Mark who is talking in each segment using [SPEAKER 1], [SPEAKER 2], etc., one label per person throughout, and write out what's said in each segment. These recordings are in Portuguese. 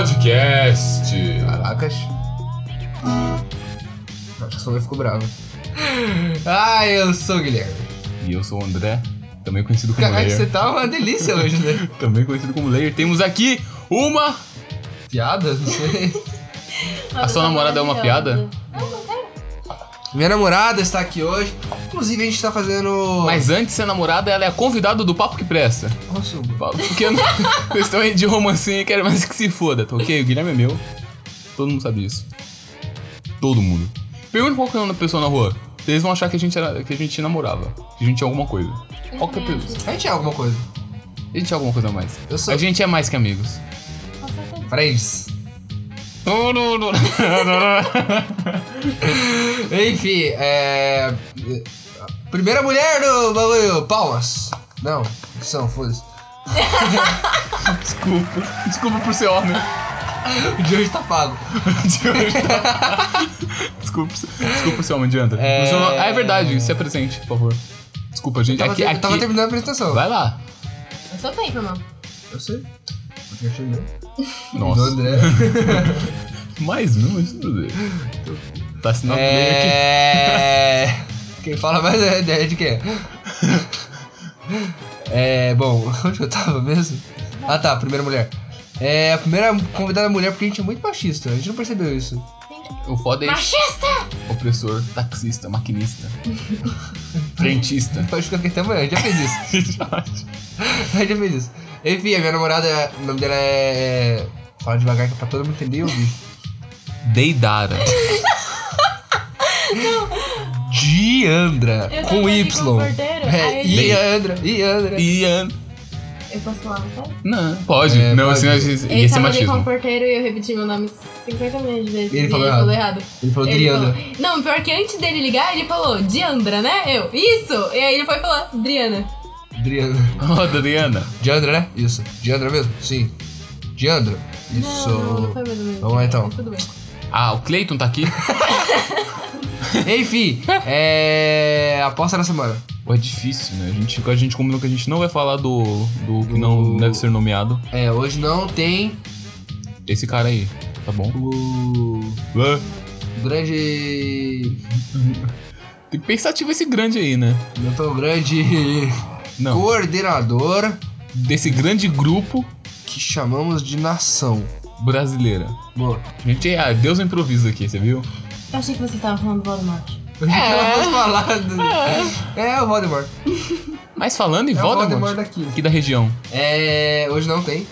[SPEAKER 1] Podcast.
[SPEAKER 2] Caracas. Nossa, a sombra ficou brava. Ah, eu sou o Guilherme.
[SPEAKER 1] E eu sou o André, também conhecido como
[SPEAKER 2] Caraca,
[SPEAKER 1] Layer.
[SPEAKER 2] você tá uma delícia hoje, né?
[SPEAKER 1] Também conhecido como Layer. Temos aqui uma.
[SPEAKER 2] Piada? Não sei.
[SPEAKER 1] A sua namorada é uma piada?
[SPEAKER 2] Minha namorada está aqui hoje. Inclusive, a gente tá fazendo.
[SPEAKER 1] Mas antes de ser namorada, ela é a convidada do Papo que Presta.
[SPEAKER 2] Nossa,
[SPEAKER 1] Porque eu não... questão aí de romancinha, quero mais que se foda, tá ok? O Guilherme é meu. Todo mundo sabe disso. Todo mundo. Pergunta é pra qualquer uma pessoa na rua. Eles vão achar que a gente era, que a gente namorava. Que a gente tinha alguma coisa. Qualquer pessoa.
[SPEAKER 2] a gente é alguma coisa.
[SPEAKER 1] A gente tinha alguma coisa a mais.
[SPEAKER 2] Eu sou-
[SPEAKER 1] A gente é mais que amigos.
[SPEAKER 2] Para eles. Enfim, é. Primeira mulher do bagulho. Palmas. Não, que são, foda-se.
[SPEAKER 1] Desculpa. Desculpa por ser homem.
[SPEAKER 2] O de hoje tá pago.
[SPEAKER 1] De hoje. Desculpa, desculpa seu homem, adianta.
[SPEAKER 2] É-
[SPEAKER 1] É... Ah, é verdade, se apresente, por favor. Desculpa, gente.
[SPEAKER 2] Tava
[SPEAKER 1] Aqui,
[SPEAKER 2] ter-
[SPEAKER 1] aqui...
[SPEAKER 2] Eu tava terminando a apresentação.
[SPEAKER 1] Vai lá.
[SPEAKER 3] Eu sou É tempo, irmão.
[SPEAKER 2] Eu sei. Porque eu achei meu. Do
[SPEAKER 1] Nossa.
[SPEAKER 2] André.
[SPEAKER 1] Mais não, isso meu Deus. Tá assinado bem aqui.
[SPEAKER 2] É... Quem fala mais é é de quem? É, bom, onde eu tava mesmo? Ah tá, primeira mulher. É, a primeira convidada mulher porque a gente é muito machista, a gente não percebeu isso.
[SPEAKER 1] O foda é esse.
[SPEAKER 3] Machista!
[SPEAKER 1] Opressor, taxista, maquinista. Frentista.
[SPEAKER 2] Pode ficar aqui até amanhã, a gente já fez isso. A gente já fez isso. Enfim, a minha namorada, o nome dela é. Fala devagar que é pra todo mundo entender e ouvir.
[SPEAKER 1] Deidara.
[SPEAKER 2] Diandra,
[SPEAKER 3] Eu tava
[SPEAKER 2] com
[SPEAKER 3] ali
[SPEAKER 2] Y.
[SPEAKER 3] com a bordeira,
[SPEAKER 2] É,
[SPEAKER 3] aí ele-
[SPEAKER 2] Iandra, Iandra.
[SPEAKER 1] Ian.
[SPEAKER 3] Eu posso falar então? até?
[SPEAKER 1] Não, pode.
[SPEAKER 2] É,
[SPEAKER 1] não,
[SPEAKER 2] pode.
[SPEAKER 1] assim, assim,
[SPEAKER 3] Ele
[SPEAKER 1] ia ser
[SPEAKER 3] tava ali com o
[SPEAKER 1] machismo.
[SPEAKER 3] porteiro e eu repeti meu nome 50 milhões de vezes.
[SPEAKER 2] Ele
[SPEAKER 3] e
[SPEAKER 2] falou
[SPEAKER 3] ele falou errado.
[SPEAKER 2] Ele falou
[SPEAKER 3] Ele
[SPEAKER 2] Driandra.
[SPEAKER 3] falou- Não, pior que antes dele ligar, ele falou Diandra, né? Eu, isso! E aí ele foi falar Driana.
[SPEAKER 2] Driandra.
[SPEAKER 1] Ó, Adriana.
[SPEAKER 2] Diandra, né? Isso. Diandra mesmo? Sim. Diandra? Isso.
[SPEAKER 3] Não, não, não foi mais ou menos.
[SPEAKER 2] Vamos lá, então.
[SPEAKER 3] Tudo bem.
[SPEAKER 1] Ah, o Cleiton tá aqui.
[SPEAKER 2] Enfim, é. Aposta da semana.
[SPEAKER 1] Pô, é difícil, né? A gente, a gente combinou que a gente não vai falar do, do que não deve ser nomeado.
[SPEAKER 2] É, hoje não tem
[SPEAKER 1] Esse cara aí, tá bom?
[SPEAKER 2] o.
[SPEAKER 1] Ué,
[SPEAKER 2] Grande.
[SPEAKER 1] Tem que pensativo esse grande aí, né?
[SPEAKER 2] Não tão grande.
[SPEAKER 1] Não.
[SPEAKER 2] Coordenador
[SPEAKER 1] Desse grande grupo
[SPEAKER 2] que chamamos de nação.
[SPEAKER 1] brasileira.
[SPEAKER 2] Boa.
[SPEAKER 1] A gente é ah, Deus improvisa aqui, você viu?
[SPEAKER 3] Eu achei que você tava falando do Voldemort.
[SPEAKER 2] Eu tava falando. É o Voldemort.
[SPEAKER 1] Mas falando em
[SPEAKER 2] É o
[SPEAKER 1] Voldemort,
[SPEAKER 2] Voldemort daqui.
[SPEAKER 1] aqui da região,
[SPEAKER 2] É. Hoje não tem.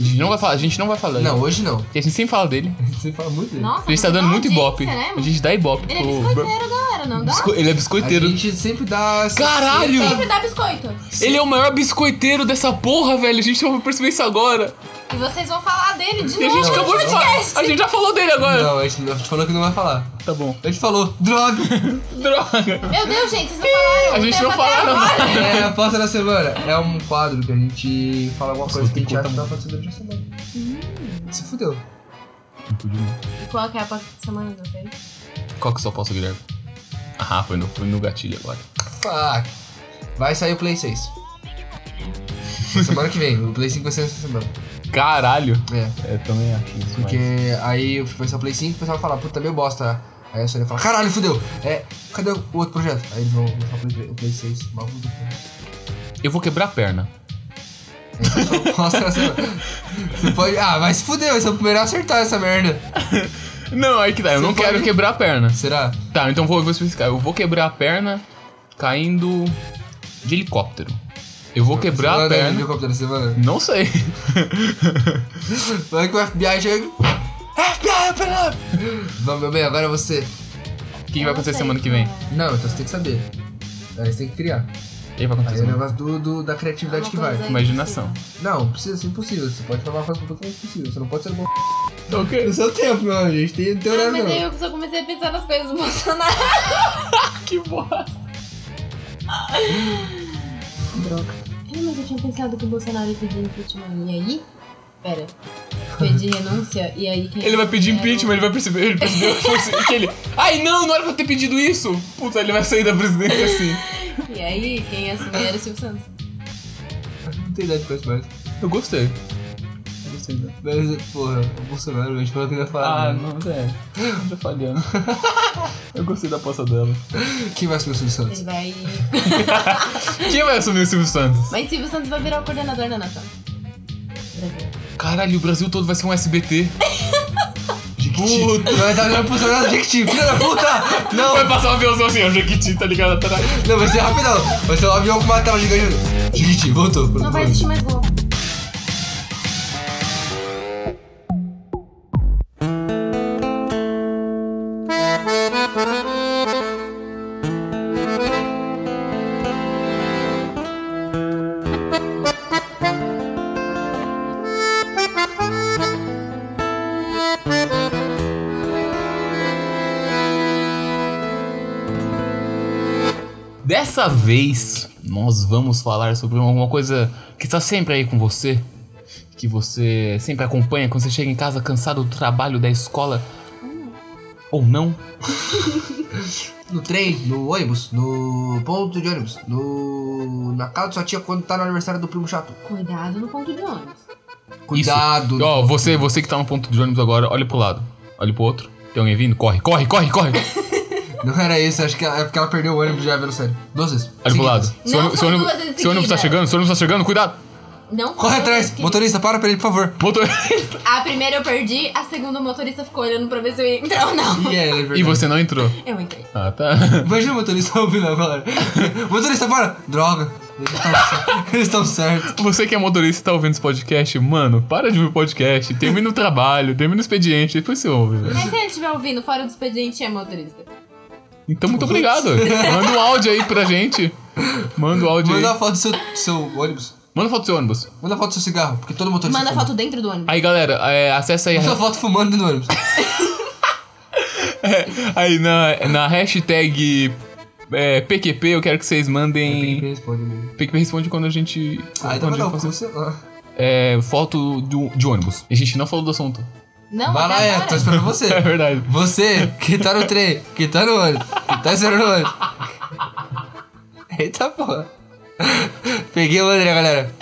[SPEAKER 1] a gente não vai falar, a gente não vai falar.
[SPEAKER 2] Não, hoje não.
[SPEAKER 1] Porque a gente sempre fala dele.
[SPEAKER 2] Você fala muito dele.
[SPEAKER 3] Nossa,
[SPEAKER 1] A gente tá
[SPEAKER 3] você
[SPEAKER 1] dando
[SPEAKER 3] dá
[SPEAKER 1] muito ibope.
[SPEAKER 3] audiência, né,
[SPEAKER 1] A
[SPEAKER 3] mano?
[SPEAKER 1] gente dá ibope
[SPEAKER 3] Ele é
[SPEAKER 1] pro-
[SPEAKER 3] biscoiteiro, galera, não dá?
[SPEAKER 1] Bisco- Ele é
[SPEAKER 2] A
[SPEAKER 1] biscoiteiro.
[SPEAKER 2] gente sempre dá.
[SPEAKER 1] Caralho!
[SPEAKER 3] Sempre dá biscoito.
[SPEAKER 1] Ele é o maior biscoiteiro dessa porra, velho. A gente vai perceber isso agora.
[SPEAKER 3] E vocês vão falar dele de
[SPEAKER 1] E a
[SPEAKER 3] novo
[SPEAKER 1] gente
[SPEAKER 3] no
[SPEAKER 1] acabou de falar.
[SPEAKER 3] podcast.
[SPEAKER 1] A gente já falou dele agora.
[SPEAKER 2] Não, a gente, a gente falou que não vai falar.
[SPEAKER 1] Tá bom.
[SPEAKER 2] A gente falou, droga!
[SPEAKER 1] Droga.
[SPEAKER 3] Meu Deus, gente, vocês não falaram.
[SPEAKER 1] A
[SPEAKER 3] o
[SPEAKER 1] gente
[SPEAKER 3] tempo
[SPEAKER 1] não
[SPEAKER 3] até
[SPEAKER 1] falaram.
[SPEAKER 3] agora.
[SPEAKER 2] É, a aposta da semana é um quadro que a gente fala alguma coisa
[SPEAKER 1] Nossa,
[SPEAKER 2] que a gente
[SPEAKER 1] tem
[SPEAKER 2] acha que
[SPEAKER 1] conta
[SPEAKER 2] tá acontecendo durante a semana. Se fudeu.
[SPEAKER 3] E Qual que é a parte de semana de vocês?
[SPEAKER 1] Qual que é a sua aposta, Guilherme? Ah, foi no, foi no gatilho agora.
[SPEAKER 2] Fuck. Vai sair o Play 6. semana que vem, o Play 5 vai sair essa semana.
[SPEAKER 1] Caralho.
[SPEAKER 2] É.
[SPEAKER 1] É, também acho isso.
[SPEAKER 2] Porque aí vai ser o Play 5 o pessoal vai falar, puta, meio bosta. Aí a Sony fala, caralho, fudeu. É, cadê o outro projeto? Aí eles vão lançar o Play, o Play 6. Maluco do cu.
[SPEAKER 1] Eu vou quebrar a perna.
[SPEAKER 2] Essa é a sua aposta da semana. Você pode. Ah, mas fudeu, esse é o primeiro a acertar essa merda.
[SPEAKER 1] Não, aí que tá. Eu
[SPEAKER 2] Você
[SPEAKER 1] não quero
[SPEAKER 2] pode-
[SPEAKER 1] quebrar a perna.
[SPEAKER 2] Será?
[SPEAKER 1] Tá, então vou, vou especificar. Eu vou quebrar a perna caindo de helicóptero. Eu vou quebrar a
[SPEAKER 2] semana,
[SPEAKER 1] perna.
[SPEAKER 2] Helicóptero da tá semana.
[SPEAKER 1] Não sei.
[SPEAKER 2] Vai que o FBI chega.
[SPEAKER 1] É,
[SPEAKER 2] FBI, open up! Vamos, meu bem, agora é você.
[SPEAKER 1] O que, que vai
[SPEAKER 3] Eu não
[SPEAKER 1] acontecer
[SPEAKER 3] sei,
[SPEAKER 1] semana que vem?
[SPEAKER 3] cara.
[SPEAKER 2] Não, então você tem que saber. Aí você tem que criar.
[SPEAKER 1] E aí vai
[SPEAKER 2] Aí
[SPEAKER 1] acontecer
[SPEAKER 2] é o
[SPEAKER 1] semana-
[SPEAKER 2] negócio do, do- da criatividade que vai.
[SPEAKER 3] Uma coisa
[SPEAKER 1] Imaginação.
[SPEAKER 2] Não, precisa ser impossível. Você pode falar uma coisa completamente impossível. Você não pode ser bom.
[SPEAKER 1] Ok.
[SPEAKER 2] No seu tempo, meu amigo. A gente tem, não tem
[SPEAKER 3] Ah,
[SPEAKER 2] horário,
[SPEAKER 3] mas aí
[SPEAKER 2] não.
[SPEAKER 3] eu só comecei a pensar nas coisas do Bolsonaro.
[SPEAKER 1] Que bosta.
[SPEAKER 3] Droga. Ai, É, mas eu tinha pensado que o Bolsonaro ia pedir impeachment. E aí? Pera. Pedir renúncia. E aí quem.
[SPEAKER 1] Ele vai pedir
[SPEAKER 3] era o-
[SPEAKER 1] impeachment, ele vai perceber, ele percebeu que, foi- assim, que ele. Ai não, não era pra eu ter pedido isso! Puta, ele vai sair da presidência assim.
[SPEAKER 3] E aí quem assumir era o Silvio Santos.
[SPEAKER 2] Não tem idade pra isso mais.
[SPEAKER 1] Eu gostei. sei. né?
[SPEAKER 2] Mas, porra, o Bolsonaro, a gente falou que não ia falar.
[SPEAKER 1] Ah,
[SPEAKER 2] né?
[SPEAKER 1] não, mas é. Já falhando. Eu gostei da poça dela.
[SPEAKER 2] Quem vai assumir o Silvio Santos?
[SPEAKER 3] Ele vai.
[SPEAKER 1] Quem vai assumir o Silvio Santos?
[SPEAKER 3] Mas Silvio Santos vai virar o coordenador da nação. Brasil.
[SPEAKER 1] Caralho, o Brasil todo vai ser um SBT.
[SPEAKER 2] Puta, vai estar olhando pro Bolsonaro Jequiti, filha da puta! Não,
[SPEAKER 1] Vai passar um aviãozão assim, ó, Jequiti, tá ligado atrás.
[SPEAKER 2] não, vai ser rapidão. Vai ser um avião com uma tela gigante. Jequiti, voltou.
[SPEAKER 3] Não vai existir mais Globo.
[SPEAKER 1] Dessa vez, nós vamos falar sobre alguma coisa que está sempre aí com você, que você sempre acompanha quando você chega em casa cansado do trabalho, da escola, ou não.
[SPEAKER 2] No trem, no ônibus, no ponto de ônibus, no. na casa da sua tia quando tá no aniversário do primo chato.
[SPEAKER 3] Cuidado no ponto de ônibus.
[SPEAKER 2] Cuidado.
[SPEAKER 1] Isso. Ó, você, você que tá no ponto de ônibus agora, olha pro lado, olha pro outro. Tem alguém vindo? Corre, corre, corre, corre!
[SPEAKER 2] Não era isso, acho que ela- é porque ela perdeu o ônibus já, vendo sério. Duas vezes.
[SPEAKER 1] Olha pro
[SPEAKER 2] Seguidas.
[SPEAKER 1] lado. Seu
[SPEAKER 3] Não,
[SPEAKER 1] ônibus-
[SPEAKER 3] foi
[SPEAKER 1] seu ônibus-
[SPEAKER 3] duas vezes
[SPEAKER 1] seu ônibus tá
[SPEAKER 3] seguidas.
[SPEAKER 1] chegando, seu ônibus tá chegando, cuidado!
[SPEAKER 3] Não foi
[SPEAKER 2] Corre
[SPEAKER 3] eu
[SPEAKER 2] atrás,
[SPEAKER 3] que-
[SPEAKER 2] motorista, para pra ele, por favor.
[SPEAKER 1] Motor...
[SPEAKER 3] A primeira eu perdi, a segunda o motorista ficou olhando pra ver se eu ia entrar ou não.
[SPEAKER 2] E é, ele é
[SPEAKER 1] E
[SPEAKER 2] verdade.
[SPEAKER 1] você não entrou.
[SPEAKER 3] Eu entrei.
[SPEAKER 1] Ah, tá.
[SPEAKER 2] Imagina o motorista ouvindo agora. motorista, para! Droga! Eles estão certos. Eles estão certos.
[SPEAKER 1] Você que é motorista e tá ouvindo esse podcast, mano, para de ouvir o podcast, termina o trabalho, termina o expediente, depois você ouve, velho.
[SPEAKER 3] Mas se ele estiver ouvindo fora do expediente, é motorista.
[SPEAKER 1] Então, muito obrigado. Manda um áudio aí pra gente. Manda o áudio
[SPEAKER 2] Manda a
[SPEAKER 1] aí.
[SPEAKER 2] foto do seu, do seu ônibus.
[SPEAKER 1] Manda foto do seu ônibus.
[SPEAKER 2] Manda a foto do seu cigarro, porque todo motorista.
[SPEAKER 3] Manda
[SPEAKER 2] fuma.
[SPEAKER 3] foto dentro do ônibus.
[SPEAKER 1] Aí, galera, é, acessa aí.
[SPEAKER 2] Manda a foto fumando dentro do ônibus.
[SPEAKER 1] Aí, na, na hashtag é, PQP, eu quero que vocês
[SPEAKER 2] Tem que
[SPEAKER 1] mandem...
[SPEAKER 2] responder mesmo.
[SPEAKER 1] PQP responde quando a gente...
[SPEAKER 2] Aí
[SPEAKER 1] quando
[SPEAKER 2] tá
[SPEAKER 1] a
[SPEAKER 2] mandando
[SPEAKER 1] gente
[SPEAKER 2] o
[SPEAKER 1] então fazer-
[SPEAKER 2] você. Ah.
[SPEAKER 1] é, foto do- de ônibus. A gente não falou do assunto.
[SPEAKER 3] Não,
[SPEAKER 2] Vai lá,
[SPEAKER 3] até
[SPEAKER 2] é,
[SPEAKER 3] agora.
[SPEAKER 2] tô esperando você.
[SPEAKER 1] É verdade.
[SPEAKER 2] Você que tá no trem, que tá no ônibus, que tá esperando o ônibus. Eita porra. Peguei o André, galera.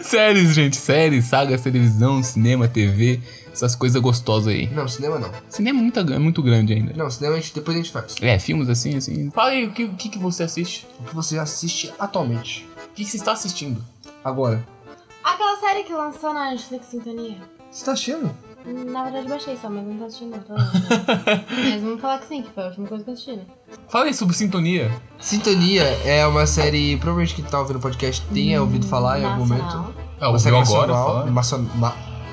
[SPEAKER 1] Séries, gente, séries, sagas, televisão, cinema, TV, essas coisas gostosas aí.
[SPEAKER 2] Não, cinema não.
[SPEAKER 1] Cinema é muito, é muito grande ainda.
[SPEAKER 2] Não, cinema a gente, depois a gente faz.
[SPEAKER 1] É, filmes assim, assim. Fala aí, o que, o que, que você assiste?
[SPEAKER 2] O que você assiste atualmente?
[SPEAKER 1] O que, que você está assistindo?
[SPEAKER 2] Agora.
[SPEAKER 3] Aquela série que lançou na Netflix Sintonia.
[SPEAKER 2] Você tá achando?
[SPEAKER 3] Na verdade, baixei só, mas não tô assistindo, não. Tô olhando, né? mas vamos falar que sim, que foi a última coisa que eu assisti, né?
[SPEAKER 1] Fala aí sobre sintonia.
[SPEAKER 2] Sintonia é uma série, provavelmente quem tá ouvindo o podcast tenha ouvido falar em algum
[SPEAKER 3] Nacional.
[SPEAKER 2] momento.
[SPEAKER 1] Ah,
[SPEAKER 2] Uma série
[SPEAKER 1] ouviu agora?
[SPEAKER 2] nacional,
[SPEAKER 1] fala.
[SPEAKER 2] maço- na-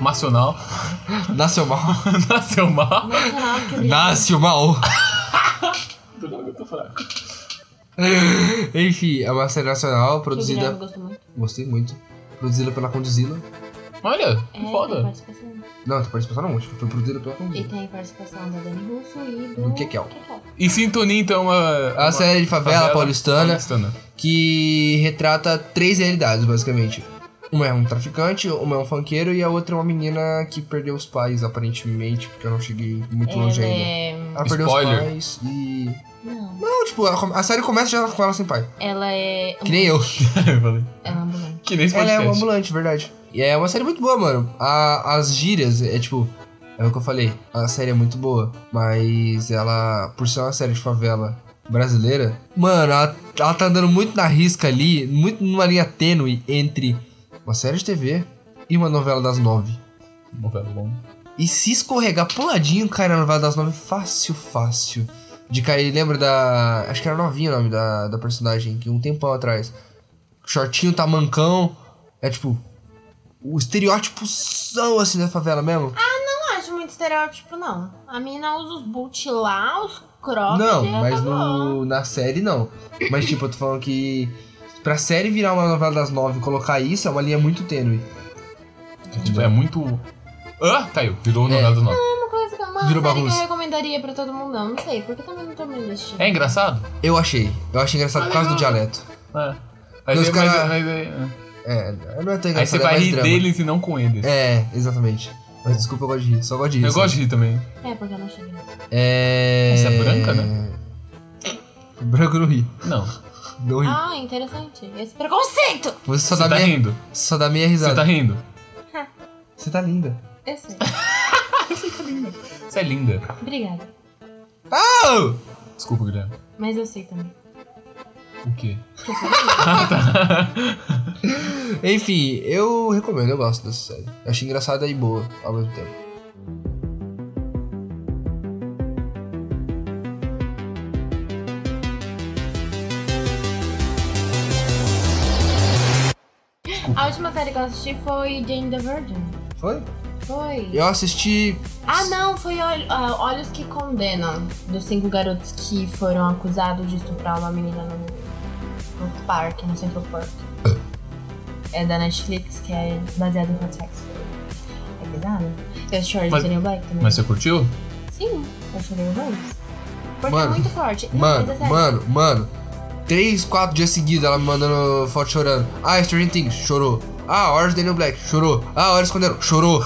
[SPEAKER 1] Nacional.
[SPEAKER 2] nacional.
[SPEAKER 1] Nacional.
[SPEAKER 3] Nacional, que eu vi.
[SPEAKER 2] Nacional.
[SPEAKER 1] Droga, eu tô fraco.
[SPEAKER 2] Enfim, é uma série nacional
[SPEAKER 3] Que o Guilherme
[SPEAKER 2] produzida.
[SPEAKER 3] gostou muito.
[SPEAKER 2] Gostei muito. Produzida pela Conduzila.
[SPEAKER 1] Olha,
[SPEAKER 3] É,
[SPEAKER 1] que
[SPEAKER 3] tem
[SPEAKER 1] foda.
[SPEAKER 3] participação.
[SPEAKER 2] Não, tu pode pensar não, tipo, foi produzida pela
[SPEAKER 3] E
[SPEAKER 2] Conduzila.
[SPEAKER 3] tem participação da Dani Russo e do.
[SPEAKER 2] Do Kekel.
[SPEAKER 1] E sintonia, então, é uma.
[SPEAKER 2] É uma série de favela, paulistana
[SPEAKER 1] paulistana.
[SPEAKER 2] que retrata três realidades, basicamente. Uma é um traficante, uma é um funkeiro e a outra é uma menina que perdeu os pais, aparentemente, porque eu não cheguei muito longe
[SPEAKER 3] Ela
[SPEAKER 2] ainda.
[SPEAKER 3] é.
[SPEAKER 2] Ela perdeu
[SPEAKER 1] Spoiler.
[SPEAKER 2] os pais e.
[SPEAKER 3] Não.
[SPEAKER 2] Não, tipo, ela come- a série começa já com ela sem pai.
[SPEAKER 3] Ela é.
[SPEAKER 2] Que nem eu.
[SPEAKER 1] Eu falei.
[SPEAKER 3] Ela é ambulante.
[SPEAKER 1] Que nem esse
[SPEAKER 2] Ela é
[SPEAKER 1] podcast.
[SPEAKER 2] uma ambulante, verdade. E é uma série muito boa, mano. A- as gírias, é tipo. É o que eu falei. A série é muito boa. Mas ela, por ser uma série de favela brasileira, mano, ela, ela tá andando muito na risca ali, muito numa linha tênue entre uma série de TV e uma novela das nove.
[SPEAKER 1] Novela longa.
[SPEAKER 2] E se escorregar pro ladinho, cai na novela das nove fácil, fácil. De cair, lembra da. Acho que era novinha o nome da, da personagem, que um tempão atrás. Shortinho, tamancão. É tipo. O estereótipo são assim da favela mesmo.
[SPEAKER 3] Não acho muito estereótipo, não. A mina usa os boot lá, os crocs.
[SPEAKER 2] não,
[SPEAKER 3] e
[SPEAKER 2] mas
[SPEAKER 3] acabou.
[SPEAKER 2] no, na série não. Mas tipo, eu tô falando que. Pra série virar uma novela das nove e colocar isso é uma linha muito tênue.
[SPEAKER 1] Tipo, é muito. Ah, caiu. Virou
[SPEAKER 2] É.
[SPEAKER 1] novela do nove.
[SPEAKER 3] Uma coisa que, uma
[SPEAKER 2] Virou
[SPEAKER 3] série que
[SPEAKER 2] bagunça.
[SPEAKER 3] eu recomendaria pra todo mundo, não, não sei, porque também não tô me investindo.
[SPEAKER 1] É engraçado?
[SPEAKER 2] Eu achei. Eu achei engraçado por causa do dialeto.
[SPEAKER 1] É.
[SPEAKER 2] Porque
[SPEAKER 1] Mas,
[SPEAKER 2] os
[SPEAKER 1] é- mas,
[SPEAKER 2] cara-
[SPEAKER 1] é- mas é- é.
[SPEAKER 2] É, não é tão engraçado.
[SPEAKER 1] Aí você
[SPEAKER 2] é
[SPEAKER 1] vai
[SPEAKER 2] mais
[SPEAKER 1] rir
[SPEAKER 2] drama.
[SPEAKER 1] deles e não com eles.
[SPEAKER 2] É, exatamente. Mas desculpa, eu gosto de rir. Só gosto de rir. assim.
[SPEAKER 1] Eu
[SPEAKER 2] sabe?
[SPEAKER 1] gosto de rir também.
[SPEAKER 3] É, porque eu não cheguei.
[SPEAKER 2] É.
[SPEAKER 1] Essa é branca, né?
[SPEAKER 2] Branco não ri.
[SPEAKER 1] Não.
[SPEAKER 2] Não ri.
[SPEAKER 3] Ah, interessante. Esse preconceito!
[SPEAKER 2] Você só
[SPEAKER 1] Você
[SPEAKER 2] dá
[SPEAKER 1] tá
[SPEAKER 2] meia.
[SPEAKER 1] rindo?
[SPEAKER 2] Só dá meia
[SPEAKER 1] Você
[SPEAKER 2] risada.
[SPEAKER 1] tá rindo?
[SPEAKER 2] Você tá linda.
[SPEAKER 3] Eu sei.
[SPEAKER 1] Você é linda.
[SPEAKER 3] Obrigada.
[SPEAKER 2] Oh!
[SPEAKER 1] Desculpa, Guilherme.
[SPEAKER 3] Mas eu sei também.
[SPEAKER 1] O quê?
[SPEAKER 3] Quer saber?
[SPEAKER 2] Enfim, eu recomendo, eu gosto dessa série. Eu achei engraçada e boa ao mesmo tempo.
[SPEAKER 3] A última série que eu assisti foi Jane the Virgin.
[SPEAKER 2] Foi?
[SPEAKER 3] Foi.
[SPEAKER 2] Eu assisti.
[SPEAKER 3] Ah, não, foi Ol- ah, Olhos que Condenam, dos cinco garotos que foram acusados de estuprar uma menina no, no parque, no Central Park. É da Netflix, que é baseado em fatos reais. É bizarro. Eu assisti Orange
[SPEAKER 1] Mas-
[SPEAKER 3] is the New Black também.
[SPEAKER 1] Mas você curtiu?
[SPEAKER 3] Sim, eu chorei horrores. Porque
[SPEAKER 2] Mano,
[SPEAKER 3] é muito forte. Não,
[SPEAKER 2] Mano,
[SPEAKER 3] mas é sério.
[SPEAKER 2] mano, mano. Três, quatro dias seguidos ela me mandando foto chorando. Ah, Stranger Things, chorou. Ah, Orange Daniel Black, chorou. Ah, Orange Esconderam, chorou.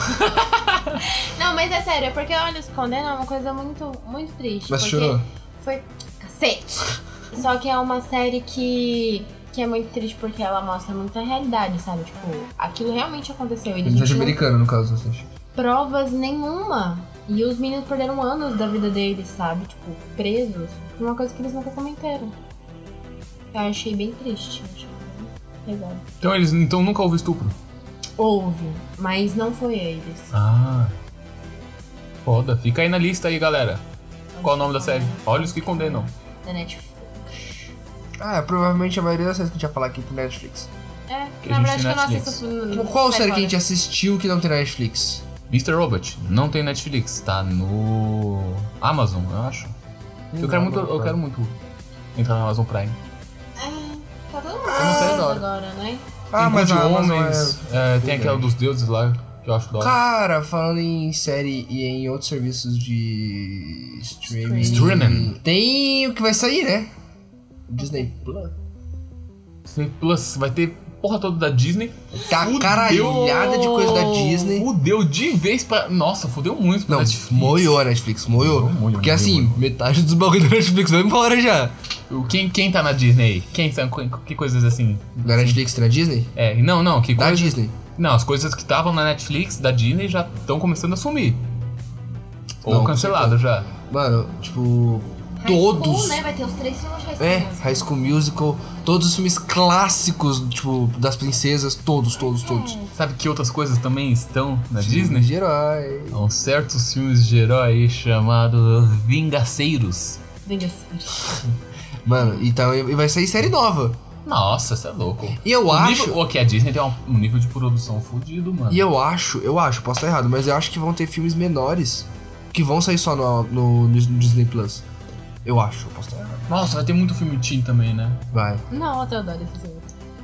[SPEAKER 3] Não, mas é sério, é porque Olhos que Condenam é uma coisa muito, muito triste.
[SPEAKER 2] Mas
[SPEAKER 3] porque
[SPEAKER 2] chorou.
[SPEAKER 3] Foi cacete. Só que é uma série que, que é muito triste porque ela mostra muita realidade, sabe? Tipo, aquilo realmente aconteceu. E a
[SPEAKER 2] Gente
[SPEAKER 3] gente não
[SPEAKER 2] americana, no caso, assim.
[SPEAKER 3] provas nenhuma. E os meninos perderam anos da vida deles, sabe? Tipo, presos. Por uma coisa que eles nunca comentaram. Eu achei bem triste. eu Achei bem pesado.
[SPEAKER 1] Então eles então nunca houve estupro.
[SPEAKER 3] Houve, mas não foi eles.
[SPEAKER 1] Ah. Foda. Fica aí na lista aí, galera. Qual o nome da série? Olhos que condenam.
[SPEAKER 3] Da Netflix.
[SPEAKER 2] Ah, provavelmente a maioria das séries que a gente ia falar aqui pro Netflix.
[SPEAKER 3] É,
[SPEAKER 1] Que
[SPEAKER 3] na
[SPEAKER 1] a gente
[SPEAKER 3] verdade que
[SPEAKER 1] tem
[SPEAKER 3] eu não
[SPEAKER 1] Netflix.
[SPEAKER 3] assisto. no- no-
[SPEAKER 2] Tipo, Qual série que a
[SPEAKER 3] fora.
[SPEAKER 2] gente assistiu que não tem na Netflix?
[SPEAKER 1] Mr. Robot. Não tem Netflix. Tá no Amazon, eu acho. Eu quero muito, eu quero muito entrar na Amazon Prime.
[SPEAKER 3] É, tá todo mundo
[SPEAKER 2] não sei
[SPEAKER 3] falando
[SPEAKER 2] da hora.
[SPEAKER 3] agora, né?
[SPEAKER 2] Ah,
[SPEAKER 1] tem
[SPEAKER 2] mas
[SPEAKER 1] de
[SPEAKER 2] a Amazon
[SPEAKER 1] homens. é, tem aquela dos deuses lá que eu acho da hora.
[SPEAKER 2] Cara, falando em série e em outros serviços de streaming,
[SPEAKER 1] Streaming.
[SPEAKER 2] tem o que vai sair, né? Disney Plus.
[SPEAKER 1] Disney Plus vai ter porra toda da Disney.
[SPEAKER 2] Tá caralhada de coisa da Disney.
[SPEAKER 1] Fudeu de vez pra. Nossa, fudeu muito pra
[SPEAKER 2] Não,
[SPEAKER 1] Netflix.
[SPEAKER 2] moiou a Netflix, moiou.
[SPEAKER 1] Moiou, moiou,
[SPEAKER 2] Porque
[SPEAKER 1] moiou,
[SPEAKER 2] assim,
[SPEAKER 1] moiou.
[SPEAKER 2] metade dos bagulhos da Netflix vai embora já.
[SPEAKER 1] O- Quem, quem tá na Disney? Quem são? Que coisas assim?
[SPEAKER 2] Da Netflix, tem na Disney?
[SPEAKER 1] É, não, não, que
[SPEAKER 2] Da
[SPEAKER 1] coisa.
[SPEAKER 2] Disney.
[SPEAKER 1] Não, as coisas que estavam na Netflix da Disney já estão começando a sumir. Ou
[SPEAKER 2] Não, com
[SPEAKER 1] cancelado já.
[SPEAKER 2] Mano, tipo,
[SPEAKER 3] High School,
[SPEAKER 2] todos.
[SPEAKER 3] né? Vai ter os três filmes de High School
[SPEAKER 2] É,
[SPEAKER 3] mesmo.
[SPEAKER 2] High School Musical, todos os filmes clássicos, tipo, das princesas, todos, todos, todos.
[SPEAKER 1] Sabe que outras coisas também estão na Disney?
[SPEAKER 2] De herói.
[SPEAKER 1] Há uns certos filmes de herói chamados Vingaceiros.
[SPEAKER 3] Vingança.
[SPEAKER 2] Mano, então e vai sair série nova.
[SPEAKER 1] Nossa, você é louco.
[SPEAKER 2] E eu
[SPEAKER 1] O
[SPEAKER 2] acho.
[SPEAKER 1] Nível, ok, a Disney tem um, um nível de produção fodido, mano.
[SPEAKER 2] E eu acho, eu acho, posso estar errado, mas eu acho que vão ter filmes menores que vão sair só no, no, no Disney Plus. Eu acho, eu posso estar errado.
[SPEAKER 1] Nossa, vai ter muito filme teen também, né?
[SPEAKER 2] Vai.
[SPEAKER 3] Não, eu adoro esse filme.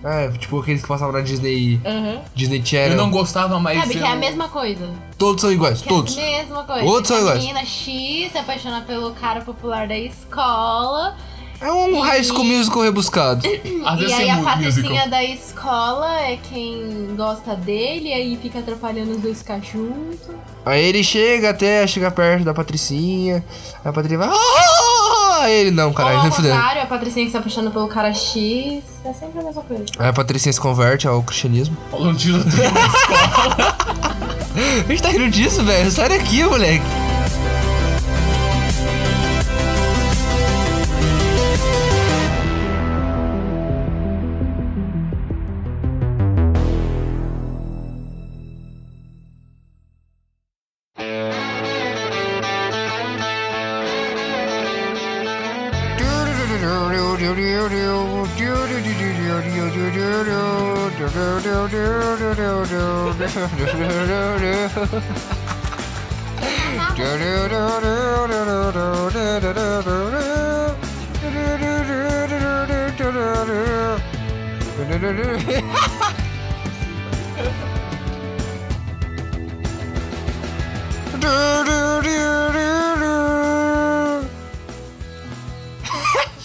[SPEAKER 2] É, tipo aqueles que passavam na Disney.
[SPEAKER 1] Uhum.
[SPEAKER 2] Disney Channel.
[SPEAKER 1] Eu não gostava mais. um
[SPEAKER 3] Sabe que é a
[SPEAKER 1] eu-
[SPEAKER 3] mesma coisa.
[SPEAKER 2] Todos são iguais,
[SPEAKER 3] Que
[SPEAKER 2] todos.
[SPEAKER 3] é a mesma coisa.
[SPEAKER 2] Todos são
[SPEAKER 3] a
[SPEAKER 2] iguais.
[SPEAKER 3] menina X se apaixona pelo cara popular da escola.
[SPEAKER 2] É um High School Musical
[SPEAKER 1] Às
[SPEAKER 2] rebuscado.
[SPEAKER 3] e
[SPEAKER 1] vezes
[SPEAKER 3] aí
[SPEAKER 1] tem
[SPEAKER 3] a
[SPEAKER 1] mu- musical.
[SPEAKER 3] patricinha da escola é quem gosta dele. E aí fica atrapalhando os dois ficar junto.
[SPEAKER 2] Aí ele chega até, chega perto da Patricinha. Aí a Patricinha vai. "Ah!" Aí ele, não,
[SPEAKER 3] Ou
[SPEAKER 2] caralho,
[SPEAKER 3] ao
[SPEAKER 2] não fudendo.
[SPEAKER 3] contrário, a patricinha que se apaixona pelo cara X. É sempre a mesma coisa.
[SPEAKER 2] Aí a Patricinha se converte ao cristianismo.
[SPEAKER 1] Rolou um tiroteio.
[SPEAKER 2] A gente tá rindo disso, velho. Sai daqui, moleque.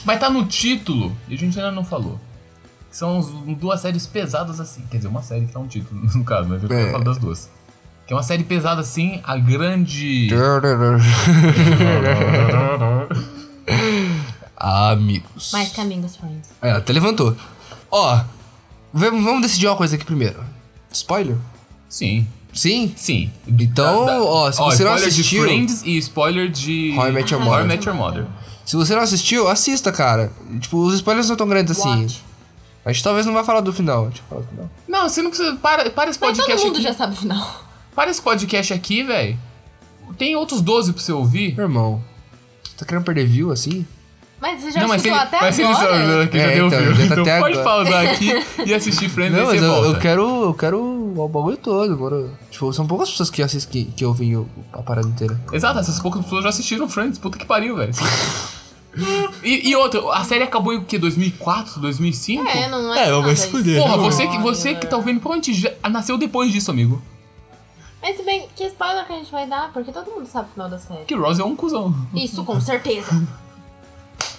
[SPEAKER 1] Mas tá no título, e a gente ainda não falou. São uns- duas séries pesadas assim. Quer dizer, uma série que tá um título, no caso, mas eu
[SPEAKER 2] É.
[SPEAKER 1] quero falar das duas. Que é uma série pesada assim, a grande.
[SPEAKER 2] Amigos.
[SPEAKER 3] Mais que amigos friends.
[SPEAKER 2] Aí, ela É, até levantou. Ó, vamos, vamos decidir uma coisa aqui primeiro. Spoiler?
[SPEAKER 1] Sim.
[SPEAKER 2] Sim?
[SPEAKER 1] Sim.
[SPEAKER 2] Então,
[SPEAKER 1] Da- da-
[SPEAKER 2] ó, se você não
[SPEAKER 1] spoiler
[SPEAKER 2] assistiu.
[SPEAKER 1] de Friends e spoiler de
[SPEAKER 2] How I Met Your
[SPEAKER 1] How
[SPEAKER 2] Mother.
[SPEAKER 1] I Met Your Mother.
[SPEAKER 2] Se você não assistiu, assista, cara. Tipo, os spoilers não são tão grandes assim.
[SPEAKER 3] Watch.
[SPEAKER 2] A gente talvez não vai falar do final. A gente fala do final.
[SPEAKER 1] Não, você não precisa. Para, para esse
[SPEAKER 3] Mas todo
[SPEAKER 1] podcast
[SPEAKER 3] mundo
[SPEAKER 1] aqui.
[SPEAKER 3] já sabe o final.
[SPEAKER 1] Para esse podcast aqui, velho. Tem outros 12 pra você ouvir.
[SPEAKER 2] Meu irmão, tá querendo perder view assim?
[SPEAKER 3] Mas você já
[SPEAKER 1] mas
[SPEAKER 3] escutou
[SPEAKER 1] ele-
[SPEAKER 3] até
[SPEAKER 1] mas ele
[SPEAKER 3] agora?
[SPEAKER 1] sabe, né, que já
[SPEAKER 2] É,
[SPEAKER 1] deu
[SPEAKER 2] então,
[SPEAKER 1] view.
[SPEAKER 2] já tá
[SPEAKER 1] Então
[SPEAKER 2] até
[SPEAKER 1] pode
[SPEAKER 2] agora.
[SPEAKER 1] pausar aqui e assistir Friends e
[SPEAKER 2] Não,
[SPEAKER 1] você
[SPEAKER 2] mas eu,
[SPEAKER 1] volta.
[SPEAKER 2] eu quero. Eu quero o bagulho todo, mano. Tipo, são poucas pessoas que assistem, que, que ouvem o- a parada inteira.
[SPEAKER 1] Exato, essas poucas pessoas já assistiram Friends. Puta que pariu, velho. e, e outra, a série acabou em o quê? 2004, 2005?
[SPEAKER 3] É, não
[SPEAKER 2] É, mas
[SPEAKER 3] é. nada
[SPEAKER 2] se
[SPEAKER 3] isso.
[SPEAKER 2] fuder.
[SPEAKER 1] Porra,
[SPEAKER 2] não.
[SPEAKER 1] você, que, você que tá ouvindo provavelmente já nasceu depois disso, amigo.
[SPEAKER 3] Mas se bem, que spoiler que a gente vai dar? Porque todo mundo sabe o final da série.
[SPEAKER 1] Que Ross é um cuzão.
[SPEAKER 3] Isso, com certeza.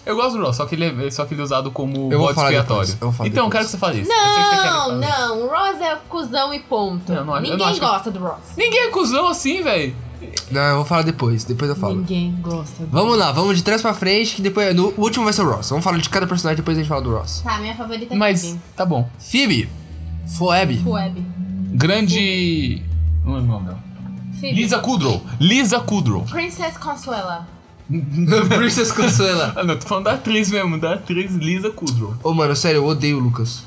[SPEAKER 1] Eu gosto do Ross, só que ele é, só que ele é usado como
[SPEAKER 2] Eu vou
[SPEAKER 1] bode
[SPEAKER 2] falar depois,
[SPEAKER 1] expiatório.
[SPEAKER 2] eu vou falar
[SPEAKER 1] então, eu
[SPEAKER 2] depois.
[SPEAKER 1] quero que você fale isso. Eu sei que você quer
[SPEAKER 3] Não,
[SPEAKER 1] falar.
[SPEAKER 3] não. O Ross é cuzão e ponto.
[SPEAKER 1] Não, não acho- eu não
[SPEAKER 3] Ninguém
[SPEAKER 1] acho-
[SPEAKER 3] gosta do Ross.
[SPEAKER 1] Ninguém é cuzão assim, velho.
[SPEAKER 2] Não, eu vou falar depois. Depois eu falo.
[SPEAKER 1] Hum.
[SPEAKER 3] Ninguém gosta do
[SPEAKER 2] Vamos lá, vamos de trás pra frente, que depois. No o último vai ser o Ross. Vamos falar de cada personagem, depois a gente fala do Ross.
[SPEAKER 3] Tá, minha favorita é
[SPEAKER 1] Mas,
[SPEAKER 3] Phoebe.
[SPEAKER 1] tá bom.
[SPEAKER 2] Phoebe. Phoebe.
[SPEAKER 3] Phoebe.
[SPEAKER 1] Grande. Não lembro o nome dela.
[SPEAKER 3] Phoebe.
[SPEAKER 1] Lisa Kudrow. Lisa Kudrow.
[SPEAKER 3] Princess Consuela.
[SPEAKER 2] Princess Consuela.
[SPEAKER 1] Ah, não, tô falando da atriz mesmo, da atriz Lisa Kudrow.
[SPEAKER 2] Ô, mano, sério, eu odeio o Lucas.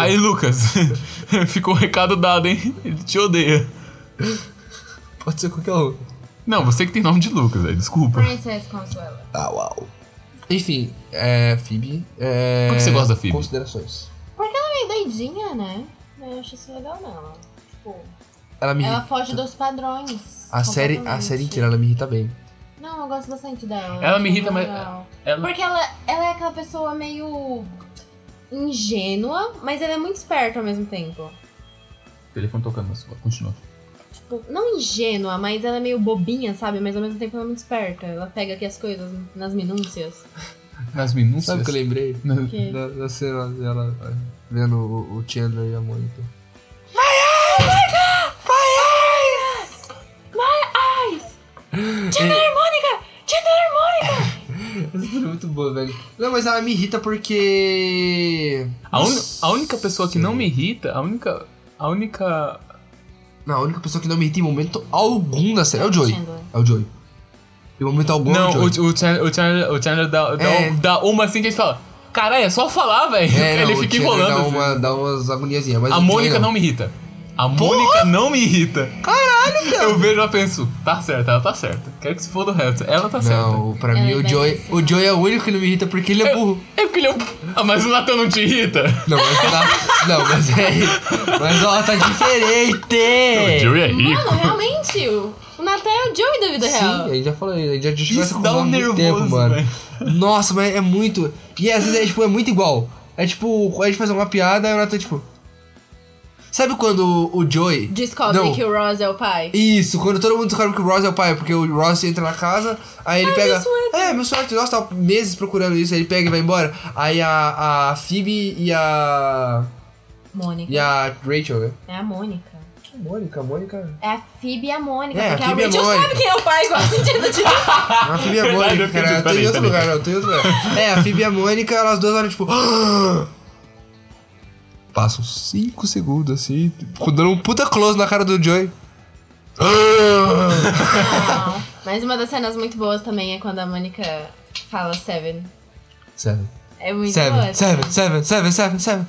[SPEAKER 1] Aí, Lucas, ficou um recado dado, hein? Ele te odeia.
[SPEAKER 2] Pode ser qualquer um.
[SPEAKER 1] Não, você que tem nome de Lucas, velho, desculpa.
[SPEAKER 3] Princess Consuela.
[SPEAKER 2] Ah, uau. Enfim, é. Phoebe. É,
[SPEAKER 1] Por que você gosta da Phoebe?
[SPEAKER 2] Considerações.
[SPEAKER 3] Porque ela é meio doidinha, né? Eu acho isso legal nela. Tipo,
[SPEAKER 2] Ela me
[SPEAKER 3] ela
[SPEAKER 2] irrita.
[SPEAKER 3] foge dos padrões.
[SPEAKER 2] A série, a
[SPEAKER 3] completamente.
[SPEAKER 2] série inteira ela me irrita bem.
[SPEAKER 3] Não, eu gosto bastante dela.
[SPEAKER 1] Ela me
[SPEAKER 3] acho
[SPEAKER 1] irrita, mas-
[SPEAKER 3] legal.
[SPEAKER 1] Ela...
[SPEAKER 3] Porque ela, ela é aquela pessoa meio ingênua, mas ela é muito esperta ao mesmo tempo.
[SPEAKER 1] O telefone tocando, mas continua.
[SPEAKER 3] Tipo, não ingênua, mas ela é meio bobinha, sabe? Mas ao mesmo tempo ela é muito esperta. Ela pega aqui as coisas nas minúcias.
[SPEAKER 1] Nas minúcias.
[SPEAKER 2] Sabe o que eu lembrei?
[SPEAKER 3] Que-
[SPEAKER 2] Da, da cena dela é, vendo o, o Chandler e a Mônica.
[SPEAKER 3] Tia da harmônica! Tia da harmônica!
[SPEAKER 2] Essa cena é muito boa, velho. Não, mas ela me irrita porque.
[SPEAKER 1] A, un- a única pessoa que não me irrita, a única. A única.
[SPEAKER 2] Não, a única pessoa que não me irrita em momento algum da série é o Joey.
[SPEAKER 3] Chandler.
[SPEAKER 2] É o Joey. Em momento algum é o
[SPEAKER 1] Não, o,
[SPEAKER 2] Joey.
[SPEAKER 1] o Chandler, o Chandler, o Chandler dá, dá,
[SPEAKER 2] É.
[SPEAKER 1] dá uma assim que a gente fala. Caralho, é só falar, velho.
[SPEAKER 2] É,
[SPEAKER 1] Ele
[SPEAKER 2] não, o
[SPEAKER 1] fica
[SPEAKER 2] Chandler
[SPEAKER 1] enrolando.
[SPEAKER 2] Dá,
[SPEAKER 1] assim.
[SPEAKER 2] uma, dá umas agoniazinhas. Mas
[SPEAKER 1] A
[SPEAKER 2] o
[SPEAKER 1] Mônica
[SPEAKER 2] Joey
[SPEAKER 1] não me irrita. A Mônica não me irrita.
[SPEAKER 2] Caralho, cara.
[SPEAKER 1] Eu vejo e ela penso, tá certa, ela tá certa. Quero que se foda o resto. Ela tá certa.
[SPEAKER 2] Não, pra
[SPEAKER 3] Ela
[SPEAKER 2] mim
[SPEAKER 3] é
[SPEAKER 2] o Joey,
[SPEAKER 3] belíssima.
[SPEAKER 2] o Joey é o único que não me irrita porque ele é burro.
[SPEAKER 1] É porque ele é um... Ah, mas o Natan não te irrita?
[SPEAKER 2] Não, mas tá. não, mas é. Mas ó, tá diferente!
[SPEAKER 1] é
[SPEAKER 3] Mano, realmente, o o Natan é o Joey da vida
[SPEAKER 2] Sim,
[SPEAKER 3] real.
[SPEAKER 2] a gente já falou isso, a gente já discutiu
[SPEAKER 1] Isso
[SPEAKER 2] essa
[SPEAKER 1] dá
[SPEAKER 2] coisa
[SPEAKER 1] um
[SPEAKER 2] há muito
[SPEAKER 1] nervoso,
[SPEAKER 2] tempo, mano.
[SPEAKER 1] velho.
[SPEAKER 2] Nossa, mas é muito. E às vezes é tipo, é muito igual. É tipo, a gente faz uma piada e o Nathan, tipo. Sabe quando o Joey.
[SPEAKER 3] Descobre
[SPEAKER 2] Não.
[SPEAKER 3] que o Ross é o pai.
[SPEAKER 2] Isso, quando todo mundo descobre que o Ross é o pai, porque o Ross entra na casa, aí ele pega.
[SPEAKER 3] meu suéter.
[SPEAKER 2] é, meu suéter, nossa, tava meses procurando isso, aí ele pega e vai embora. Aí a, a Phoebe e a.
[SPEAKER 3] Mônica.
[SPEAKER 2] E a Rachel, né?
[SPEAKER 3] É a Mônica.
[SPEAKER 2] A Mônica, a Mônica.
[SPEAKER 3] É a Phoebe e a Mônica,
[SPEAKER 2] É, a
[SPEAKER 3] porque a,
[SPEAKER 2] Phoebe e a
[SPEAKER 3] Rachel
[SPEAKER 2] Mônica.
[SPEAKER 3] sabe quem é o pai, igual sentido de
[SPEAKER 2] A Phoebe e a
[SPEAKER 1] Verdade, eu
[SPEAKER 2] Mônica,
[SPEAKER 1] fiquei
[SPEAKER 2] cara.
[SPEAKER 1] de-
[SPEAKER 2] Eu tô
[SPEAKER 1] peraí,
[SPEAKER 2] em outro
[SPEAKER 1] peraí.
[SPEAKER 2] lugar, eu tô em outro lugar. É, a Phoebe e a Mônica, elas duas olham tipo. "Ah!" Passam 5 segundos assim, tipo, dando um puta close na cara do Joey. Ah!
[SPEAKER 3] Não. Mas uma das cenas muito boas também é quando a Mônica fala Seven.
[SPEAKER 2] Sério.
[SPEAKER 3] É muito boa.
[SPEAKER 2] Seven,
[SPEAKER 3] essa
[SPEAKER 2] seven, seven, seven, seven, seven.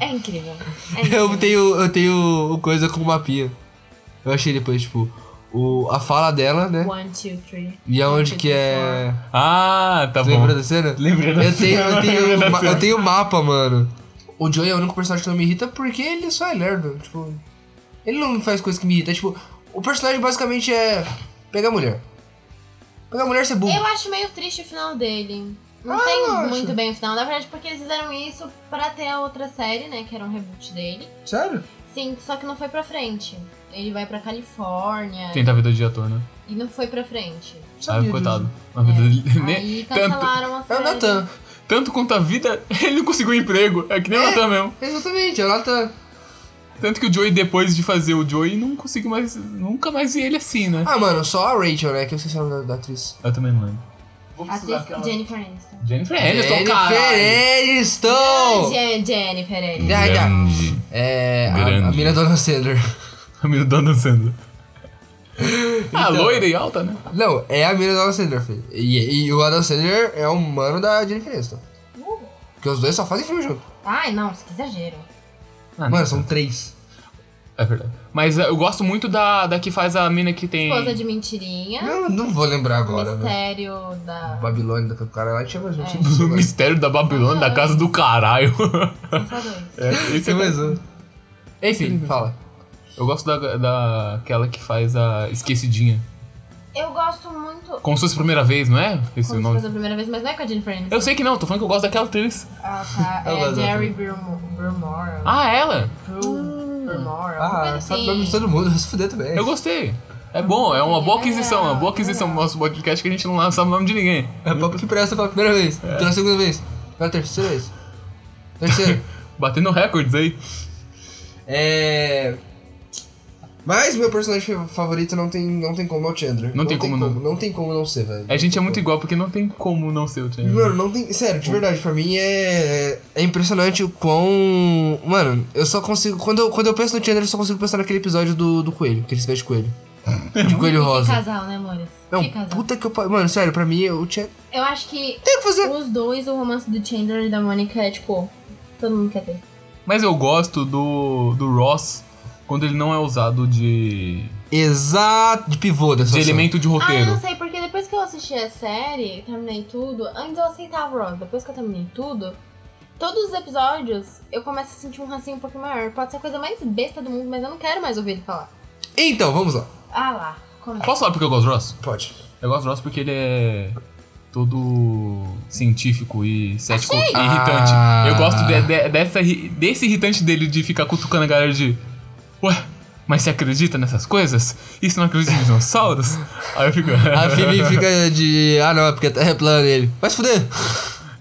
[SPEAKER 3] É incrível. É
[SPEAKER 2] Eu
[SPEAKER 3] incrível.
[SPEAKER 2] tenho, eu tenho coisa com o mapinha. Eu achei depois, tipo, o, a fala dela, né?
[SPEAKER 3] One, two, three.
[SPEAKER 2] E aonde
[SPEAKER 3] One, two,
[SPEAKER 2] que
[SPEAKER 3] three,
[SPEAKER 2] é.
[SPEAKER 1] Ah, tá
[SPEAKER 2] Você
[SPEAKER 1] bom.
[SPEAKER 2] Lembra da cena?
[SPEAKER 1] Lembrei da
[SPEAKER 2] eu tenho,
[SPEAKER 1] cena,
[SPEAKER 2] eu tenho,
[SPEAKER 1] lembrei da
[SPEAKER 2] ma-
[SPEAKER 1] cena.
[SPEAKER 2] eu tenho mapa, mano. O Joey é o único personagem que não me irrita porque ele só é lerdo. Tipo, ele não faz coisa que me irrita. Tipo, o personagem basicamente é pegar mulher. Pegar mulher ser
[SPEAKER 3] four.
[SPEAKER 2] burro.
[SPEAKER 3] Eu acho meio triste o final dele. Não
[SPEAKER 2] Ah,
[SPEAKER 3] tem
[SPEAKER 2] eu acho.
[SPEAKER 3] muito bem o final, na verdade, porque eles fizeram isso pra ter a outra série, né? Que era um reboot dele.
[SPEAKER 2] Sério?
[SPEAKER 3] Sim, só que não foi pra frente. Ele vai pra Califórnia
[SPEAKER 1] Tenta a vida de ator, né?
[SPEAKER 3] e não foi pra frente.
[SPEAKER 1] Ah,
[SPEAKER 2] Sabia
[SPEAKER 1] coitado.
[SPEAKER 2] disso.
[SPEAKER 1] Na vida dele- nem-
[SPEAKER 3] Aí
[SPEAKER 1] tanto,
[SPEAKER 3] cancelaram a
[SPEAKER 2] É o
[SPEAKER 3] série.
[SPEAKER 2] Natan.
[SPEAKER 1] tanto quanto a vida, ele não conseguiu emprego. É que nem o
[SPEAKER 2] É.
[SPEAKER 1] Natan mesmo.
[SPEAKER 2] Exatamente, é o Natan.
[SPEAKER 1] Tanto que o Joey, depois de fazer o Joey, não conseguiu mais. Nunca mais vi ele assim, né?
[SPEAKER 2] Ah, mano, só a Rachel, né? Que eu esqueci é o nome da, da atriz.
[SPEAKER 1] Eu também não lembro. Vou precisar
[SPEAKER 3] Atriz
[SPEAKER 1] aquela.
[SPEAKER 3] Jennifer Aniston.
[SPEAKER 1] Jennifer Aniston, cara.
[SPEAKER 3] Ah,
[SPEAKER 2] Aniston!
[SPEAKER 3] Jen- Jennifer Aniston.
[SPEAKER 2] Já, já.
[SPEAKER 1] Grande.
[SPEAKER 2] É,
[SPEAKER 1] Grande.
[SPEAKER 2] a, a mina Dona Sandler.
[SPEAKER 1] A menina tá dançando. Ah,
[SPEAKER 2] Então.
[SPEAKER 1] loira e alta, né?
[SPEAKER 2] Não, é a mina do Adam Sandler, filho. E, e o Adam Sandler é o mano da Jennifer Aniston.
[SPEAKER 3] Uh,
[SPEAKER 2] Porque os dois só fazem filme junto.
[SPEAKER 3] Ai, não, isso que exagero.
[SPEAKER 1] Ah,
[SPEAKER 2] Mano,
[SPEAKER 1] não.
[SPEAKER 2] são três.
[SPEAKER 1] É verdade. Mas eh, eu gosto muito da, da que faz a mina que tem.
[SPEAKER 3] Esposa de mentirinha.
[SPEAKER 2] Não, não vou lembrar agora, né? velho.
[SPEAKER 3] mistério da.
[SPEAKER 2] Babilônia, daquele cara lá, um. chama a gente.
[SPEAKER 1] Do mistério da Babilônia, da casa do caralho.
[SPEAKER 3] Só dois.
[SPEAKER 1] É, esse é mais-
[SPEAKER 2] um.
[SPEAKER 1] Enfim,
[SPEAKER 2] Fala.
[SPEAKER 1] eu gosto da, da aquela que faz a esquecidinha.
[SPEAKER 3] Eu gosto muito.
[SPEAKER 1] Como se fosse a primeira vez, não é? Esse o
[SPEAKER 3] Como se fosse
[SPEAKER 1] nome.
[SPEAKER 3] a primeira vez, mas não é com a Jennifer Aniston.
[SPEAKER 1] Eu sei que não, tô falando que eu gosto daquela atriz.
[SPEAKER 3] Ela tá.
[SPEAKER 2] Eu
[SPEAKER 3] É
[SPEAKER 2] gosto da
[SPEAKER 3] Jerry Brumo- Brumore.
[SPEAKER 1] Ah, ela?
[SPEAKER 3] Bru- Brumore. alguma coisa
[SPEAKER 2] Ah, sabe o nome de
[SPEAKER 3] assim.
[SPEAKER 2] todo mundo, vai se fuder também.
[SPEAKER 1] Eu gostei. É bom, é uma boa aquisição, é uma boa aquisição pro nosso podcast que a gente não sabe o nome de ninguém.
[SPEAKER 2] É papo que presta pela primeira vez,
[SPEAKER 1] É.
[SPEAKER 2] pela segunda vez, pela terceira vez. Terceiro.
[SPEAKER 1] Batendo recordes aí.
[SPEAKER 2] é. Mas meu personagem favorito não tem, não tem como, é o Chandler.
[SPEAKER 1] Não tem como, não.
[SPEAKER 2] Não tem como não ser, velho.
[SPEAKER 1] A gente é muito igual porque não tem como não ser o Chandler.
[SPEAKER 2] Mano, não tem. Sério, de verdade, pra mim é. É impressionante o quão. Mano, eu só consigo. Quando eu, quando eu penso no Chandler, eu só consigo pensar naquele episódio do, do coelho, que ele se veste de coelho.
[SPEAKER 1] É.
[SPEAKER 2] De coelho
[SPEAKER 3] Que
[SPEAKER 2] rosa.
[SPEAKER 3] casal, né, amores?
[SPEAKER 2] Não,
[SPEAKER 3] que casal.
[SPEAKER 2] puta que eu. pa- Mano, sério, pra mim o Chandler.
[SPEAKER 3] Eu acho que
[SPEAKER 2] Tem o que fazer.
[SPEAKER 3] os dois, o romance do Chandler e da Mônica é tipo. Todo mundo quer ter.
[SPEAKER 1] Mas eu gosto do, do Ross quando ele não é usado de,
[SPEAKER 2] Exato. De pivô dessa
[SPEAKER 1] de
[SPEAKER 2] ação.
[SPEAKER 1] elemento de
[SPEAKER 3] Ah, eu não
[SPEAKER 1] roteiro.
[SPEAKER 3] sei, porque depois que eu assisti a série, terminei tudo, antes eu aceitava o Ross, depois que eu terminei tudo, todos os episódios eu começo a sentir um rancinho um pouco maior. Pode ser a coisa mais besta do mundo, mas eu não quero mais ouvir ele falar.
[SPEAKER 2] Então, vamos lá.
[SPEAKER 3] Ah lá, começa.
[SPEAKER 1] Posso falar porque eu gosto do Ross?
[SPEAKER 2] Pode.
[SPEAKER 1] Eu gosto do Ross porque ele é todo científico e cético e irritante.
[SPEAKER 2] Ah.
[SPEAKER 1] Eu gosto de- de- dessa, ri- desse irritante dele de ficar cutucando a galera de. Ué, mas você acredita nessas coisas? E você não acredita em dinossauros? Aí eu fico.
[SPEAKER 2] A Phoebe fica de. Ah, não, é porque a terra é plana ele. Vai se fuder.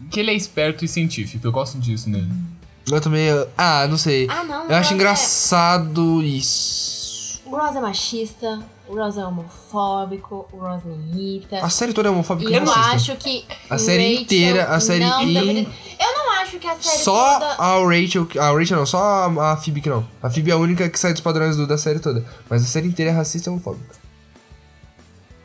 [SPEAKER 1] que ele é esperto e científico, eu gosto disso nele.
[SPEAKER 2] Eu também. eu- Ah, não sei.
[SPEAKER 3] Ah não, o
[SPEAKER 2] Eu acho
[SPEAKER 3] Ross
[SPEAKER 2] engraçado isso.
[SPEAKER 3] É... O Ross é machista, o Ross é homofóbico, o Ross me irrita.
[SPEAKER 2] A série toda é homofóbica
[SPEAKER 3] E
[SPEAKER 2] e
[SPEAKER 3] eu não
[SPEAKER 2] racista.
[SPEAKER 3] acho que.
[SPEAKER 2] A série
[SPEAKER 3] Rachel
[SPEAKER 2] inteira, a série
[SPEAKER 3] não
[SPEAKER 2] in-
[SPEAKER 3] deveria- Eu não acho que a série
[SPEAKER 2] Só
[SPEAKER 3] toda.
[SPEAKER 2] a Rachel, que- a Rachel não, só a, a Phoebe que não. A Phoebe é a única que sai dos padrões do- da série toda. Mas a série inteira é racista e homofóbica.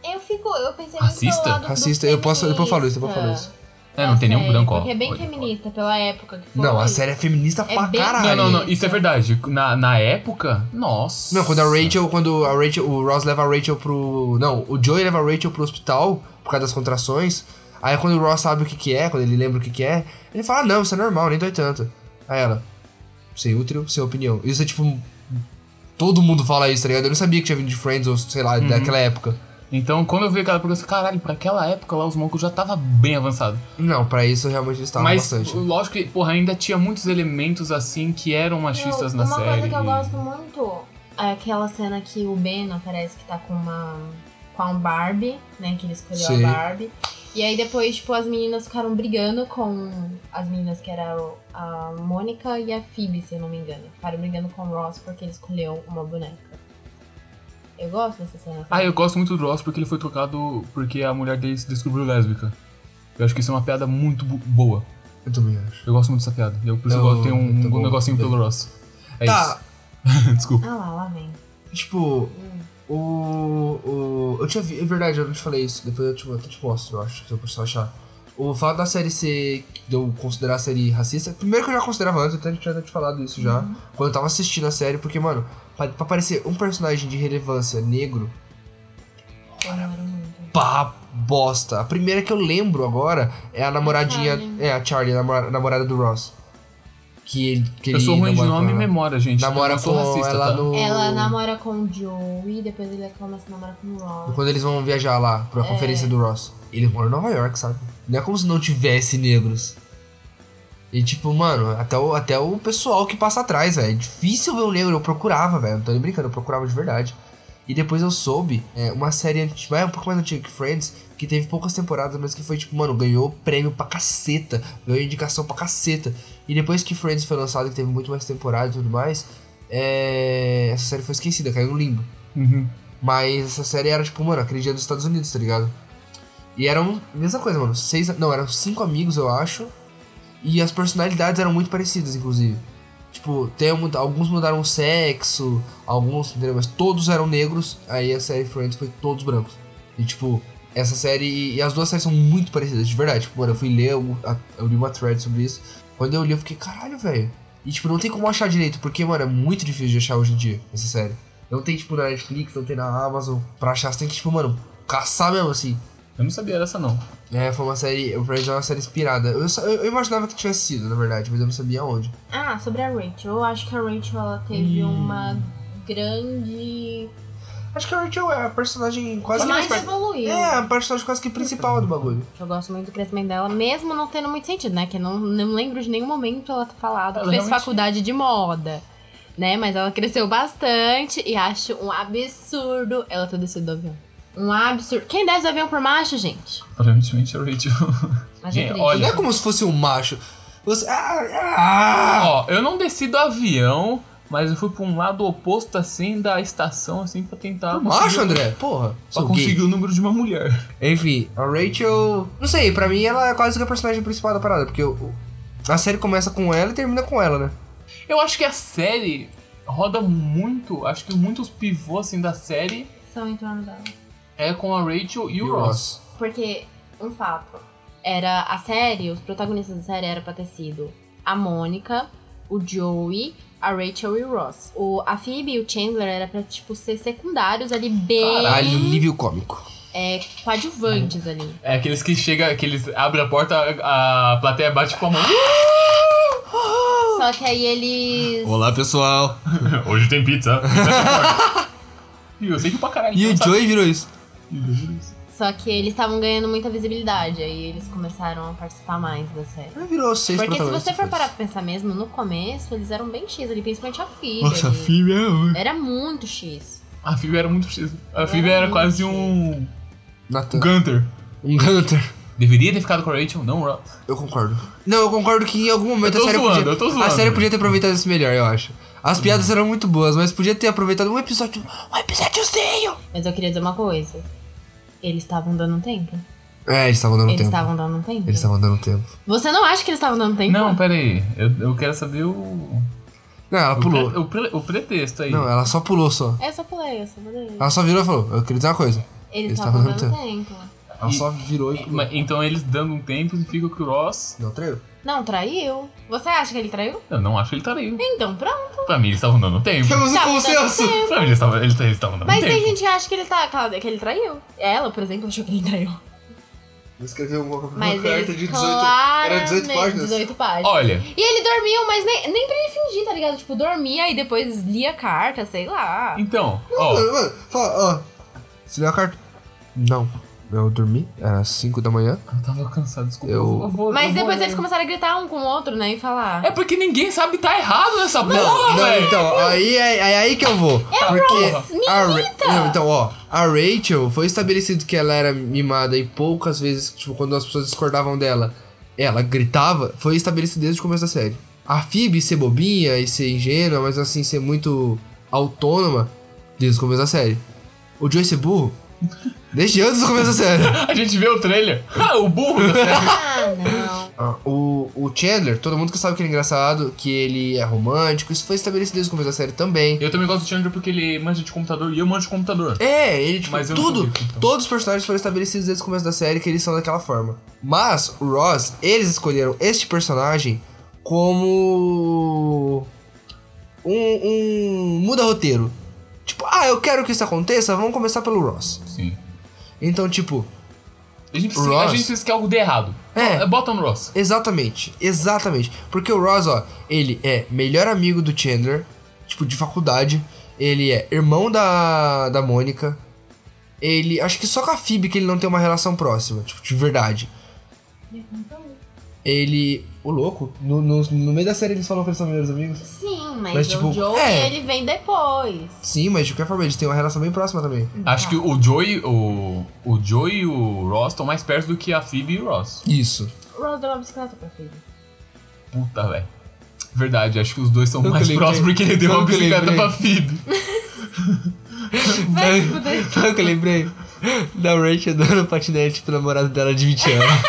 [SPEAKER 3] Eu fico. Eu pensei muito
[SPEAKER 1] Racista?
[SPEAKER 3] pelo lado do
[SPEAKER 2] Racista, eu posso- depois eu falo isso, depois eu falo
[SPEAKER 3] feminista.
[SPEAKER 2] isso.
[SPEAKER 1] É, não tem nenhum
[SPEAKER 3] série,
[SPEAKER 1] branco, ó.
[SPEAKER 3] Porque é bem
[SPEAKER 1] Olha,
[SPEAKER 3] feminista pela época que foi.
[SPEAKER 2] Não, a série é feminista
[SPEAKER 3] É
[SPEAKER 2] pra
[SPEAKER 3] bem-
[SPEAKER 1] Não,
[SPEAKER 2] caralho.
[SPEAKER 1] não, não, isso é verdade. Na, na época, nossa.
[SPEAKER 2] Não, quando a Rachel, quando a Rachel, o Ross leva a Rachel pro. Não, o Joey leva a Rachel pro hospital por causa das contrações. Aí quando o Ross sabe o que que é, quando ele lembra o que que é, ele fala, "Ah, não, isso é normal, nem dói tanto. Aí ela, sem útero, sem opinião. Isso é tipo. Todo mundo fala isso, tá ligado? Eu não sabia que tinha vindo de Friends ou sei lá, daquela época.
[SPEAKER 1] Então, quando eu vi aquela época, eu pensei, caralho, pra aquela época lá, os moncos já tava bem avançado.
[SPEAKER 2] Não, pra isso realmente eles estavam
[SPEAKER 1] Mas,
[SPEAKER 2] Tá, bastante.
[SPEAKER 1] lógico que, porra, ainda tinha muitos elementos assim que eram
[SPEAKER 2] é
[SPEAKER 1] machistas
[SPEAKER 3] Não,
[SPEAKER 1] na
[SPEAKER 3] uma
[SPEAKER 1] série.
[SPEAKER 3] coisa que eu gosto muito é aquela cena que o Ben parece que tá com uma. com a Barbie, né? Que ele escolheu
[SPEAKER 2] Sim.
[SPEAKER 3] a Barbie. E aí depois, tipo, as meninas ficaram brigando com as meninas que eram a Mônica e a Phoebe, se eu não me engano. Ficaram brigando com o Ross porque ele escolheu uma boneca. Eu gosto dessa cena.
[SPEAKER 1] Ah, eu gosto muito do Ross porque ele foi trocado porque a mulher dele se descobriu lésbica. Eu acho que isso é uma piada muito bo- boa.
[SPEAKER 2] Eu também acho.
[SPEAKER 1] Eu gosto muito dessa piada. Eu, por isso, eu,
[SPEAKER 2] Eu-
[SPEAKER 1] gosto- tenho um,
[SPEAKER 2] eu
[SPEAKER 1] um
[SPEAKER 2] gosto
[SPEAKER 1] negocinho
[SPEAKER 2] também.
[SPEAKER 1] pelo Ross. É
[SPEAKER 2] tá,
[SPEAKER 1] isso. Desculpa.
[SPEAKER 3] Ah lá, lá vem.
[SPEAKER 2] tipo,
[SPEAKER 3] Hum.
[SPEAKER 2] O, o. Eu tinha vi, é verdade, eu não te falei isso. Depois eu te, eu te mostro, eu acho, se eu só achar. O fato da série ser. de eu considerar a série racista. Primeiro que eu já considerava antes, eu até tinha te falado isso já. Quando eu tava assistindo a série, porque, mano, pra, pra aparecer um personagem de relevância negro,
[SPEAKER 3] Eu adoro muito.
[SPEAKER 2] pá, bosta. A primeira que eu lembro agora é a namoradinha.
[SPEAKER 3] Charlie.
[SPEAKER 2] É, a Charlie, a namora- namorada do Ross. Que, ele- que
[SPEAKER 1] Eu sou
[SPEAKER 2] ele
[SPEAKER 1] ruim de
[SPEAKER 2] namora com
[SPEAKER 1] nome e
[SPEAKER 2] ela.
[SPEAKER 1] memória, gente. eu
[SPEAKER 2] Namora
[SPEAKER 1] não sou
[SPEAKER 2] com
[SPEAKER 1] racista,
[SPEAKER 2] ela
[SPEAKER 1] tá?
[SPEAKER 2] no.
[SPEAKER 3] Ela namora com o Joey, depois ele começa a namorar com o Ross.
[SPEAKER 2] Quando eles vão viajar lá pra conferência do Ross. Ele mora em Nova York, sabe? Não é como se não tivesse negros. E tipo, mano, até o, até o pessoal que passa atrás, velho. É difícil ver um negro. Eu procurava, velho. Não tô nem brincando, eu procurava de verdade. E depois eu soube, é, uma série anti- mas é um pouco mais antiga que Friends, que teve poucas temporadas, mas que foi tipo, mano, ganhou prêmio pra caceta, ganhou indicação pra caceta. E depois que Friends foi lançado, que teve muito mais temporada e tudo mais, é, essa série foi esquecida, caiu no limbo.
[SPEAKER 1] Uhum.
[SPEAKER 2] Mas essa série era, tipo, mano, aquele dia dos Estados Unidos, tá ligado? E eram, mesma coisa, mano, seis, não, eram cinco amigos, eu acho. E as personalidades eram muito parecidas, inclusive. Tipo, tem, um- alguns mudaram o sexo, alguns, entendeu? Mas todos eram negros, aí a série Friends foi todos brancos. E tipo, essa série. E as duas séries são muito parecidas, de verdade. Tipo, mano, eu fui ler, eu, a- eu li uma thread sobre isso. Quando eu li, eu fiquei, caralho, velho. E tipo, não tem como achar direito, porque, mano, é muito difícil de achar hoje em dia essa série. Não tem, tipo, na Netflix, não tem na Amazon. Pra achar, você tem que, tipo, mano, caçar mesmo assim.
[SPEAKER 1] Eu não sabia dessa, não.
[SPEAKER 2] É, foi uma série. O Friends é uma série inspirada. Eu, só- eu, eu imaginava que tivesse sido, na verdade, mas eu não sabia onde.
[SPEAKER 3] Ah, sobre a Rachel. Eu acho que a Rachel ela teve
[SPEAKER 1] Hum.
[SPEAKER 3] uma grande.
[SPEAKER 2] Acho que a Rachel é a personagem quase
[SPEAKER 3] mais
[SPEAKER 2] que mais-
[SPEAKER 3] evoluiu.
[SPEAKER 2] É, a personagem quase que principal do bagulho.
[SPEAKER 3] Eu gosto muito do crescimento dela, mesmo não tendo muito sentido, né? Que eu não, não lembro de nenhum momento ela ter falado
[SPEAKER 1] Ela
[SPEAKER 3] que fez
[SPEAKER 1] realmente-
[SPEAKER 3] faculdade de moda. Né? Mas ela cresceu bastante e acho um absurdo ela ter descido do avião. Um absurdo. Quem desce do avião por macho, gente?
[SPEAKER 1] Aparentemente é o Rachel.
[SPEAKER 3] Mas
[SPEAKER 1] Gente,
[SPEAKER 3] acredito.
[SPEAKER 1] olha-
[SPEAKER 2] Não é como se fosse um macho. Você. Ah, ah,
[SPEAKER 1] Ó, eu não desci do avião, mas eu fui pra um lado oposto, assim, da estação, assim, pra tentar...
[SPEAKER 2] ah. Macho,
[SPEAKER 1] conseguir-
[SPEAKER 2] André? Porra.
[SPEAKER 1] Pra
[SPEAKER 2] Sou
[SPEAKER 1] conseguir
[SPEAKER 2] gay.
[SPEAKER 1] o número de uma mulher.
[SPEAKER 2] Enfim, a Rachel. Não sei, pra mim ela é quase que a personagem principal da parada, porque o- o- a série começa com ela e termina com ela, né?
[SPEAKER 1] Eu acho que a série roda muito, acho que muitos pivôs, assim, da série
[SPEAKER 3] São em torno dela.
[SPEAKER 1] é com a Rachel e o Ross.
[SPEAKER 3] Porque, um fato, era a série, os protagonistas da série era pra ter sido a Mônica, o Joey, a Rachel e o Ross. O, a Phoebe e o Chandler era pra, tipo, ser secundários ali, bem
[SPEAKER 2] Caralho, nível cômico.
[SPEAKER 3] é, coadjuvantes ali.
[SPEAKER 1] É aqueles que chega, que eles abrem a porta, a, a plateia bate com a mão.
[SPEAKER 3] Só que aí eles...
[SPEAKER 2] Olá, pessoal.
[SPEAKER 1] Hoje tem pizza. e eu sei que pra caralho.
[SPEAKER 2] E o
[SPEAKER 1] então,
[SPEAKER 2] Joey virou isso.
[SPEAKER 1] sabe?
[SPEAKER 3] Só que eles estavam ganhando muita visibilidade, aí eles começaram a participar mais da série.
[SPEAKER 2] Ela virou seis
[SPEAKER 3] Porque se
[SPEAKER 2] protagonistas.
[SPEAKER 3] você for parar pra pensar mesmo, no começo eles eram bem X ali, principalmente a Phoebe.
[SPEAKER 2] Nossa,
[SPEAKER 3] ali.
[SPEAKER 2] filha é.
[SPEAKER 3] Era muito X.
[SPEAKER 1] A Phoebe era muito X. A Phoebe
[SPEAKER 3] Era
[SPEAKER 1] era
[SPEAKER 3] muito
[SPEAKER 1] quase
[SPEAKER 3] X.
[SPEAKER 1] um
[SPEAKER 2] Nathan.
[SPEAKER 1] Gunter.
[SPEAKER 2] Um Gunter.
[SPEAKER 1] Deveria ter ficado com a Rachel, não, Ross.
[SPEAKER 2] Eu concordo. Não, eu concordo que em algum momento
[SPEAKER 1] Eu
[SPEAKER 2] a
[SPEAKER 1] tô
[SPEAKER 2] série
[SPEAKER 1] zoando,
[SPEAKER 2] podia.
[SPEAKER 1] eu tô zoando.
[SPEAKER 2] A série podia ter aproveitado isso melhor, eu acho. As piadas eram muito boas, mas podia ter aproveitado um episódio. Um episódiozinho!
[SPEAKER 3] Mas eu queria dizer uma coisa. Eles estavam dando um tempo.
[SPEAKER 2] É, eles estavam dando
[SPEAKER 3] eles
[SPEAKER 2] tempo.
[SPEAKER 3] estavam dando um tempo.
[SPEAKER 2] Eles estavam dando tempo.
[SPEAKER 3] Você não acha que eles estavam dando tempo?
[SPEAKER 1] Não, pera aí. Eu, eu quero saber o.
[SPEAKER 2] Não, ela
[SPEAKER 1] o
[SPEAKER 2] pulou.
[SPEAKER 1] pre- O, pre- o pretexto aí.
[SPEAKER 2] Não, ela só pulou só.
[SPEAKER 3] É só pulei, eu só pulei.
[SPEAKER 2] Ela só virou e falou: Eu queria dizer uma coisa.
[SPEAKER 3] Eles
[SPEAKER 2] eles
[SPEAKER 3] estavam
[SPEAKER 2] estavam
[SPEAKER 3] dando tempo.
[SPEAKER 2] Ela só virou e pulou.
[SPEAKER 1] Ma- Então eles dando um tempo significa que o Ross.
[SPEAKER 2] Não traiu?
[SPEAKER 3] Não, traiu. Você acha que ele traiu?
[SPEAKER 1] Eu não acho que ele tá aí.
[SPEAKER 3] Então pronto.
[SPEAKER 1] Pra mim, eles estavam dando tempo.
[SPEAKER 2] Temos um
[SPEAKER 3] Tá, tá
[SPEAKER 2] consenso!
[SPEAKER 3] tudo bem.
[SPEAKER 1] Pra mim, eles estavam eles eles estavam dando
[SPEAKER 3] Mas
[SPEAKER 1] tempo.
[SPEAKER 3] tem gente que acha que ele tá. que ele traiu. Ela, por exemplo, achou que ele traiu.
[SPEAKER 2] Eu escrevi uma, uma
[SPEAKER 3] Mas
[SPEAKER 2] carta
[SPEAKER 3] eles
[SPEAKER 2] de 18. Era
[SPEAKER 3] claramente-
[SPEAKER 2] 18 páginas.
[SPEAKER 3] 18 páginas.
[SPEAKER 1] Olha,
[SPEAKER 3] E ele dormiu, mas nem, nem pra ele fingir, tá ligado? Tipo, dormia e depois lia a carta, sei lá.
[SPEAKER 1] então, ó.
[SPEAKER 2] Mano, mano, fala, ó. Você deu a carta? Não. Eu dormi, era 5 da manhã.
[SPEAKER 1] Eu tava cansado, desculpa.
[SPEAKER 2] Eu-
[SPEAKER 1] vou- eu vou-
[SPEAKER 3] Mas depois eles começaram a gritar um com o outro, né? E falar.
[SPEAKER 1] É porque ninguém sabe tá errado nessa porra,
[SPEAKER 2] Não,
[SPEAKER 1] velho.
[SPEAKER 2] então, aí, aí, aí- aí que eu vou.
[SPEAKER 1] Ross,
[SPEAKER 2] porque
[SPEAKER 3] me
[SPEAKER 2] a Ra-
[SPEAKER 3] irrita.
[SPEAKER 2] não, então, ó, a Rachel foi estabelecido que ela era mimada e poucas vezes, tipo, quando as pessoas discordavam dela, ela gritava, foi estabelecido desde o começo da série. A Phoebe ser bobinha e ser ingênua, mas assim, ser muito autônoma desde o começo da série. O Joey ser burro desde antes do começo da série.
[SPEAKER 1] A gente vê o trailer. Ah, o burro da série.
[SPEAKER 3] Ah, não.
[SPEAKER 2] Ah, O, o Chandler, todo mundo que sabe que ele é engraçado, que ele é romântico, isso foi estabelecido desde o começo da série também.
[SPEAKER 1] Eu também gosto do Chandler porque ele manja de computador e eu manjo de computor.
[SPEAKER 2] É, ele, tipo,
[SPEAKER 1] Mas eu não
[SPEAKER 2] tudo.
[SPEAKER 1] sabia, então.
[SPEAKER 2] Todos os personagens foram estabelecidos desde o começo da série que eles são daquela forma. Mas o Ross, eles escolheram este personagem como. Um. um muda-roteiro. Tipo, ah, eu quero que isso aconteça, vamos começar pelo Ross.
[SPEAKER 1] Sim.
[SPEAKER 2] Então, tipo,
[SPEAKER 1] A gente precisa,
[SPEAKER 2] Ross.
[SPEAKER 1] a gente precisa que algo dê errado.
[SPEAKER 2] É.
[SPEAKER 1] Bota no Ross.
[SPEAKER 2] Exatamente, exatamente. Porque o Ross, ó, ele é melhor amigo do Chandler, tipo, de faculdade. Ele é irmão da, da Mônica. Ele. Acho que só com a Phoebe que ele não tem uma relação próxima, tipo, de verdade.
[SPEAKER 3] Então,
[SPEAKER 2] Ele. O louco? No, no, no meio da série eles falam que eles são melhores amigos?
[SPEAKER 3] Sim, mas,
[SPEAKER 2] Mas, tipo,
[SPEAKER 3] o Joe
[SPEAKER 2] é.
[SPEAKER 3] ele vem depois.
[SPEAKER 2] Sim, mas de qualquer forma eles têm uma relação bem próxima também.
[SPEAKER 1] Acho que o Joey, o, o Joey e o Ross estão mais perto do que a Phoebe e o Ross.
[SPEAKER 2] Isso.
[SPEAKER 3] O Ross deu uma bicicleta pra filho.
[SPEAKER 1] Puta, velho. Verdade, acho que os dois são
[SPEAKER 2] Eu
[SPEAKER 1] mais
[SPEAKER 2] que lembrei.
[SPEAKER 1] próximos porque ele deu
[SPEAKER 2] Eu
[SPEAKER 1] uma
[SPEAKER 2] que
[SPEAKER 1] bicicleta
[SPEAKER 2] lembrei.
[SPEAKER 1] pra Phoebe.
[SPEAKER 3] Vai se fuder.
[SPEAKER 2] Sabe o que eu lembrei? da Rachel dando patinete pro namorado dela de 20 anos.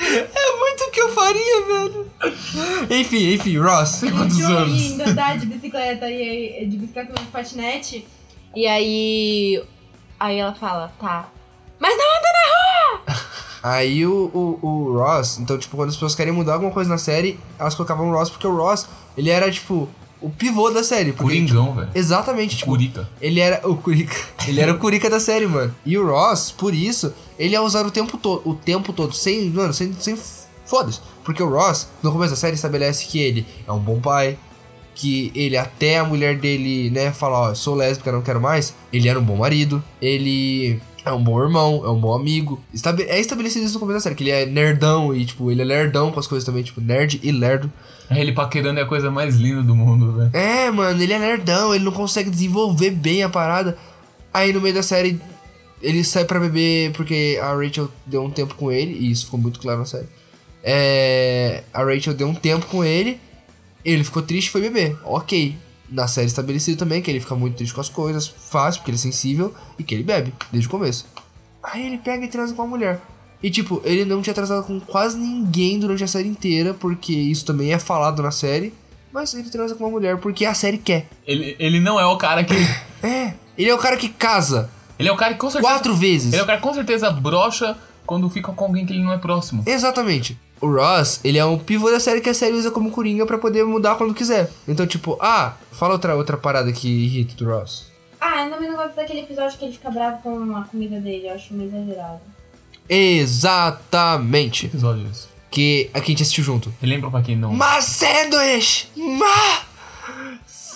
[SPEAKER 2] é muito o que eu faria, velho. Enfim, enfim, Ross, tem quantos
[SPEAKER 3] Johnny
[SPEAKER 2] anos?
[SPEAKER 3] indo andar tá de bicicleta e de bicicleta não, de patinete. E aí. Aí ela fala, tá. Mas não anda na rua!
[SPEAKER 2] Aí o, o, o Ross, então, tipo, quando as pessoas querem mudar alguma coisa na série, elas colocavam o Ross porque o Ross, ele era, tipo, o pivô da série. Porque,
[SPEAKER 1] Coringão, velho.
[SPEAKER 2] tipo, exatamente, tipo,
[SPEAKER 1] Curica.
[SPEAKER 2] Ele era o Curica. Ele era o Curica da série, mano. E o Ross, por isso, ele é usado o tempo todo. O tempo todo, sem. Mano, sem. sem f- Foda-se. Porque o Ross, no começo da série, estabelece que ele é um bom pai. Que ele, até a mulher dele, né, fala, ó, sou lésbica, não quero mais. Ele era um bom marido. Ele. É um bom irmão, é um bom amigo. Estabe- É estabelecido isso no começo da série, que ele é nerdão e, tipo, ele é lerdão com as coisas também, tipo, nerd e lerdo.
[SPEAKER 1] Aí Ele paquerando é a coisa mais linda do mundo, velho.
[SPEAKER 2] É, mano, ele é nerdão, ele não consegue desenvolver bem a parada. Aí no meio da série, ele sai pra beber porque a Rachel deu um tempo com ele, e isso ficou muito claro na série. É, a Rachel deu um tempo com ele, ele ficou triste e foi beber. Ok. Na série estabelecido também que ele fica muito triste com as coisas, fácil, porque ele é sensível, e que ele bebe, desde o começo. Aí ele pega e transa com a mulher. E tipo, ele não tinha transado com quase ninguém durante a série inteira, porque isso também é falado na série. Mas ele transa com uma mulher porque a série quer.
[SPEAKER 1] Ele, ele não é o cara que.
[SPEAKER 2] É. Ele é o cara que casa
[SPEAKER 1] Ele é o cara que com certeza.
[SPEAKER 2] quatro vezes.
[SPEAKER 1] Ele é o cara que com certeza brocha quando fica com alguém que ele não é próximo.
[SPEAKER 2] Exatamente. O Ross, ele é um pivô da série que a série usa como coringa pra poder mudar quando quiser. Então, tipo, ah, fala outra, outra parada que irrita do Ross.
[SPEAKER 3] Ah, eu também não gosto daquele episódio que ele fica bravo com a comida dele, eu acho meio exagerado.
[SPEAKER 2] Exatamente.
[SPEAKER 1] Episódio é isso.
[SPEAKER 2] Que a gente assistiu junto.
[SPEAKER 1] Relembra pra quem não.
[SPEAKER 2] Mas sanduíche! Mas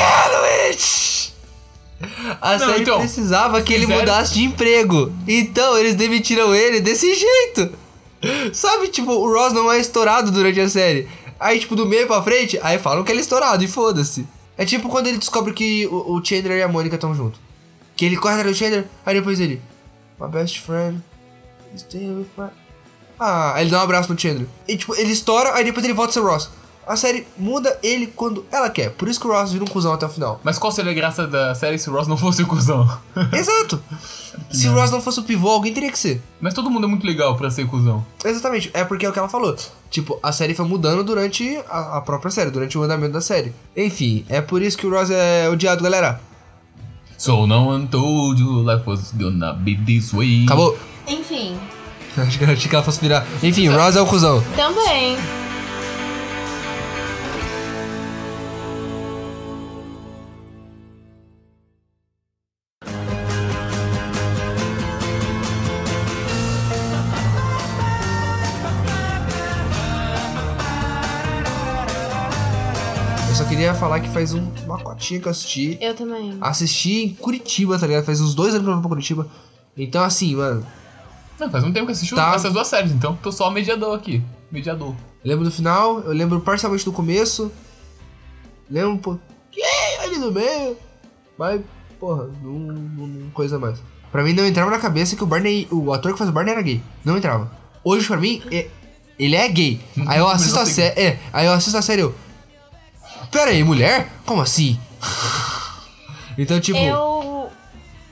[SPEAKER 2] sanduíche! A
[SPEAKER 1] Não,
[SPEAKER 2] série
[SPEAKER 1] então,
[SPEAKER 2] precisava que ele
[SPEAKER 1] fizeram-
[SPEAKER 2] mudasse de emprego. Então, eles demitiram ele desse jeito. Sabe, tipo, o Ross não é estourado durante a série. Aí, tipo, do meio pra frente, aí falam que ele é estourado e foda-se. É tipo quando ele descobre que o, o Chandler e a Mônica estão junto. Que ele corre atrás do Chandler, aí depois ele... My best friend... Stay with my... Ah, aí ele dá um abraço no Chandler. E tipo, ele estoura, aí depois ele volta a ser o Ross. A série muda ele quando ela quer. Por isso que o Ross vira um cuzão até o final.
[SPEAKER 1] Mas qual seria a graça da série se o Ross não fosse o cuzão?
[SPEAKER 2] Exato! Se o Ross não fosse o pivô, alguém teria que ser.
[SPEAKER 1] Mas todo mundo é muito legal pra ser cuzão.
[SPEAKER 2] Exatamente, é porque é o que ela falou. Tipo, a série foi mudando durante a, a própria série, durante o andamento da série. Enfim, é por isso que o Ross é odiado, galera.
[SPEAKER 1] So no one told you life was gonna be this way.
[SPEAKER 2] Acabou.
[SPEAKER 3] Enfim,
[SPEAKER 2] Acho que, achei que ela fosse virar. Enfim, o Ross é o cuzão.
[SPEAKER 3] também.
[SPEAKER 2] Eu só queria falar que faz um, uma cotinha que eu assisti.
[SPEAKER 3] Eu também.
[SPEAKER 2] Ah, Assisti em Curitiba, tá ligado? Faz uns dois anos que eu não vou pra Curitiba. Então, assim, mano,
[SPEAKER 1] Não, faz um tempo que assistiu
[SPEAKER 2] Tá.
[SPEAKER 1] essas duas séries, então tô só mediador aqui. Mediador.
[SPEAKER 2] Eu lembro do final, eu lembro parcialmente do começo. Lembro um pouquinho ali do meio. Mas, porra, não, não- não coisa mais. Pra mim não entrava na cabeça que o Barney, o ator que faz o Barney era gay. Não entrava. Hoje pra mim, é- ele é gay. Aí eu
[SPEAKER 1] Mas
[SPEAKER 2] assisto
[SPEAKER 1] não
[SPEAKER 2] a
[SPEAKER 1] tem-
[SPEAKER 2] série. É, aí eu assisto a série e eu. Pera aí, mulher? Como assim? então, tipo,
[SPEAKER 3] Eu.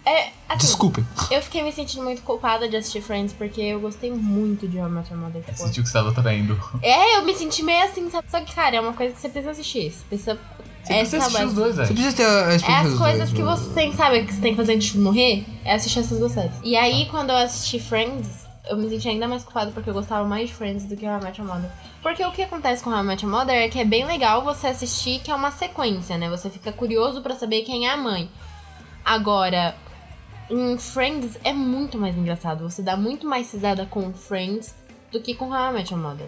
[SPEAKER 3] É, assim,
[SPEAKER 2] desculpem.
[SPEAKER 3] eu fiquei me sentindo muito culpada de assistir Friends porque eu gostei muito de How I Met Your Mother. tipo,
[SPEAKER 1] Sentiu que você tava traindo.
[SPEAKER 3] É, eu me senti meio assim, sabe? Só que, cara, é uma coisa que você precisa assistir. Você precisa.
[SPEAKER 1] Você
[SPEAKER 3] é,
[SPEAKER 1] precisa assistir os dois, né?
[SPEAKER 2] Você
[SPEAKER 1] velho.
[SPEAKER 2] precisa ter a, a
[SPEAKER 3] É
[SPEAKER 2] experiência
[SPEAKER 3] as
[SPEAKER 2] dos
[SPEAKER 3] coisas
[SPEAKER 2] dois, né?
[SPEAKER 3] que
[SPEAKER 2] mano.
[SPEAKER 3] você tem, sabe? Que você tem que fazer antes de morrer. É assistir essas duas séries. E aí,
[SPEAKER 1] Tá.
[SPEAKER 3] quando eu assisti Friends, eu me senti ainda mais culpada porque eu gostava mais de Friends do que How I Met Your Mother. Porque o que acontece com How I Met Your Mother é que é bem legal você assistir, que é uma sequência, né? Você fica curioso pra saber quem é a mãe. Agora, em Friends é muito mais engraçado. Você dá muito mais risada com Friends do que com How I Met Your Mother.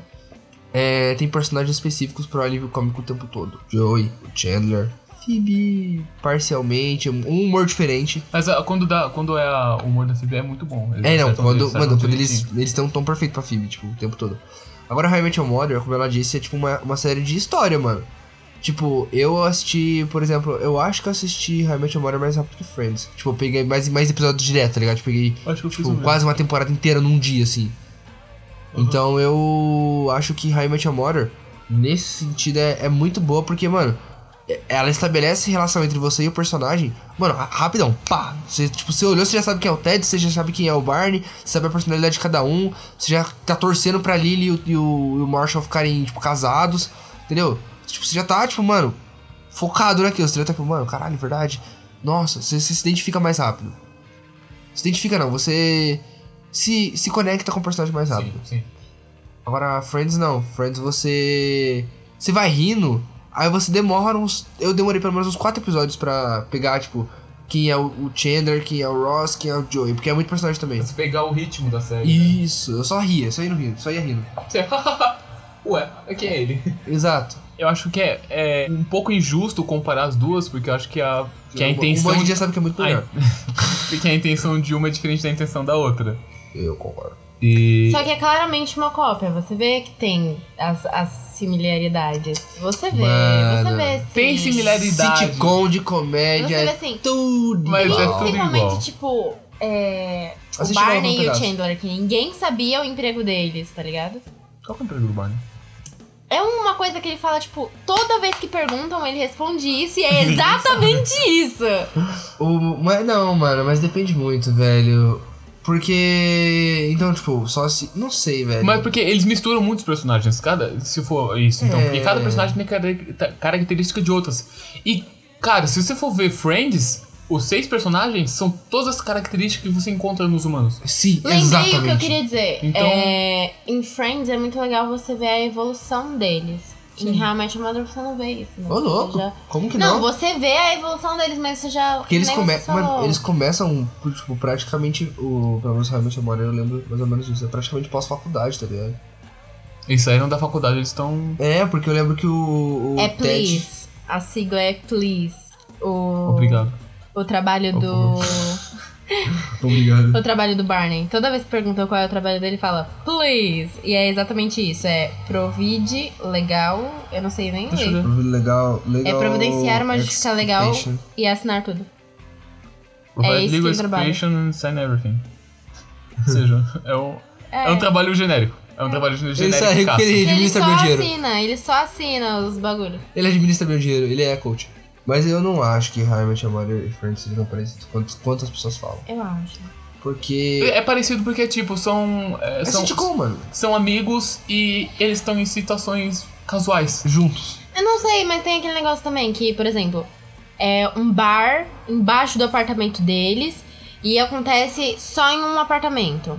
[SPEAKER 2] É, tem personagens específicos pro alívio cômico o tempo todo. Joey, o Chandler, Phoebe, parcialmente, um humor diferente.
[SPEAKER 1] Mas ah, quando, dá, quando é a- o humor da CB é muito bom. Eles assim.
[SPEAKER 2] É, não,
[SPEAKER 1] acertam-
[SPEAKER 2] quando,
[SPEAKER 1] acertam
[SPEAKER 2] mano, quando eles,
[SPEAKER 1] direitinho.
[SPEAKER 2] eles têm um tom perfeito pra Phoebe, tipo, o tempo todo. Agora, How I Met Your Mother, como ela disse, é tipo uma, uma série de história, mano. Tipo, eu assisti, por exemplo, eu acho que eu assisti How I Met Your Mother mais rápido que Friends. Tipo, eu peguei mais, mais episódios direto, tá ligado? Tipo, peguei
[SPEAKER 1] Acho que eu fiz
[SPEAKER 2] tipo,
[SPEAKER 1] um
[SPEAKER 2] quase uma temporada inteira num dia, assim. Então eu acho que How I Met Your Mother, nesse sentido, é, é muito boa, porque, mano, ela estabelece relação entre você e o personagem. Mano, ra- rapidão, pá. Você, tipo, você olhou, você já sabe quem é o Ted, você já sabe quem é o Barney, você sabe a personalidade de cada um, você já tá torcendo pra Lily e o, e o, e o Marshall ficarem, tipo, casados, entendeu? Tipo, você já tá, tipo, mano, focado naquilo. Você já tá, tipo, mano, caralho, verdade. Nossa, você, você se identifica mais rápido. Se identifica não, você se, se conecta com o personagem mais rápido.
[SPEAKER 1] Sim, sim.
[SPEAKER 2] Agora, Friends não. Friends você. Você vai rindo, aí você demora uns. Eu demorei pelo menos uns quatro episódios pra pegar, tipo, quem é o, o Chandler, quem é o Ross, quem é o Joey, porque é muito personagem também.
[SPEAKER 1] Você pegar o ritmo da série. né?
[SPEAKER 2] Isso, eu só ria, só ia rindo, só ia rindo.
[SPEAKER 1] Você- Ué, quem é ele?
[SPEAKER 2] Exato.
[SPEAKER 1] Eu acho que é, é um pouco injusto comparar as duas, porque eu acho que a, que a
[SPEAKER 2] O-
[SPEAKER 1] intenção.
[SPEAKER 2] O Band já sabe que é muito
[SPEAKER 1] a,
[SPEAKER 2] melhor.
[SPEAKER 1] porque a intenção de uma é diferente da intenção da outra.
[SPEAKER 2] Eu concordo.
[SPEAKER 1] E.
[SPEAKER 3] Só que é claramente uma cópia. Você vê que tem as, as similaridades. Você vê,
[SPEAKER 2] Mano.
[SPEAKER 3] você vê. Sim.
[SPEAKER 1] Tem similaridade. Realidade.
[SPEAKER 2] Sitcom de
[SPEAKER 3] Você
[SPEAKER 2] comédia.
[SPEAKER 3] vê
[SPEAKER 2] é
[SPEAKER 3] assim.
[SPEAKER 2] Tudo.
[SPEAKER 1] Mas
[SPEAKER 2] igual.
[SPEAKER 1] é tudo igual.
[SPEAKER 3] Principalmente, tipo, é, o
[SPEAKER 2] Assiste
[SPEAKER 3] Barney
[SPEAKER 2] logo um
[SPEAKER 3] e o
[SPEAKER 2] pedaço.
[SPEAKER 3] Chandler, que ninguém sabia o emprego deles, tá ligado?
[SPEAKER 1] Qual que é o emprego do Barney?
[SPEAKER 3] É uma coisa que ele fala, tipo, toda vez que perguntam, ele responde isso e é exatamente isso.
[SPEAKER 2] O, mas não, mano, mas depende muito, velho. Porque. Então, tipo, só se. Não sei, velho.
[SPEAKER 1] Mas porque eles misturam muitos personagens, cada. Se for isso, então.
[SPEAKER 2] É.
[SPEAKER 1] Porque cada personagem tem cara- ta- característica de outras. E, cara, se você for ver Friends, os seis personagens são todas as características que você encontra nos humanos.
[SPEAKER 2] Sim,
[SPEAKER 3] Lembrei
[SPEAKER 2] exatamente.
[SPEAKER 3] o que eu queria dizer.
[SPEAKER 1] Então-
[SPEAKER 3] É, em Friends é muito legal você ver a evolução deles. Que realmente o Mother você não vê isso. né?
[SPEAKER 2] Ô, louco.
[SPEAKER 3] Você já-
[SPEAKER 2] Como que
[SPEAKER 3] Não,
[SPEAKER 2] não?
[SPEAKER 3] você é vê a evolução deles, mas você já.
[SPEAKER 2] Porque eles,
[SPEAKER 3] nem
[SPEAKER 2] come...
[SPEAKER 3] você falou.
[SPEAKER 2] Mano, eles começam, por, tipo, praticamente. O... Pelo menos realmente eu moro, eu lembro mais ou menos disso. É praticamente pós-faculdade, tá ligado?
[SPEAKER 1] Eles saíram da faculdade, eles estão.
[SPEAKER 2] É, porque eu lembro que o. o
[SPEAKER 3] É
[SPEAKER 2] Ted-
[SPEAKER 3] please. A sigla é please. O,
[SPEAKER 1] Obrigado.
[SPEAKER 3] o trabalho
[SPEAKER 2] Por
[SPEAKER 3] do.
[SPEAKER 2] Ah, Obrigado.
[SPEAKER 3] o trabalho do Barney. Toda vez que perguntam qual é o trabalho dele, fala please. E é exatamente isso. É provide legal. Eu não sei nem
[SPEAKER 1] Deixa eu
[SPEAKER 3] ler.
[SPEAKER 1] ver.
[SPEAKER 2] Legal, legal.
[SPEAKER 3] É providenciar uma justiça legal
[SPEAKER 2] expectation.
[SPEAKER 3] e assinar tudo.
[SPEAKER 1] Provide
[SPEAKER 3] esse
[SPEAKER 1] legal
[SPEAKER 3] que é o trabalho.
[SPEAKER 1] explanation and sign everything. Ou seja, é um, é. um trabalho genérico. É um trabalho genérico.
[SPEAKER 2] Ele sabe
[SPEAKER 1] caça.
[SPEAKER 2] que ele
[SPEAKER 3] Ele só
[SPEAKER 2] administra meu dinheiro.
[SPEAKER 3] assina, ele só assina os bagulhos.
[SPEAKER 2] Ele administra meu dinheiro, ele é coach. Mas eu não acho que realmente a Mother e Friends sejam parecidos quantas, quantas pessoas falam.
[SPEAKER 3] Eu acho.
[SPEAKER 2] Porque.
[SPEAKER 1] É parecido porque, tipo, são. é,
[SPEAKER 2] É
[SPEAKER 1] são,
[SPEAKER 2] sitcom, mano.
[SPEAKER 1] são amigos e eles estão em situações casuais.
[SPEAKER 2] Juntos.
[SPEAKER 3] Eu não sei, mas tem aquele negócio também que, por exemplo, é um bar embaixo do apartamento deles e acontece só em um apartamento.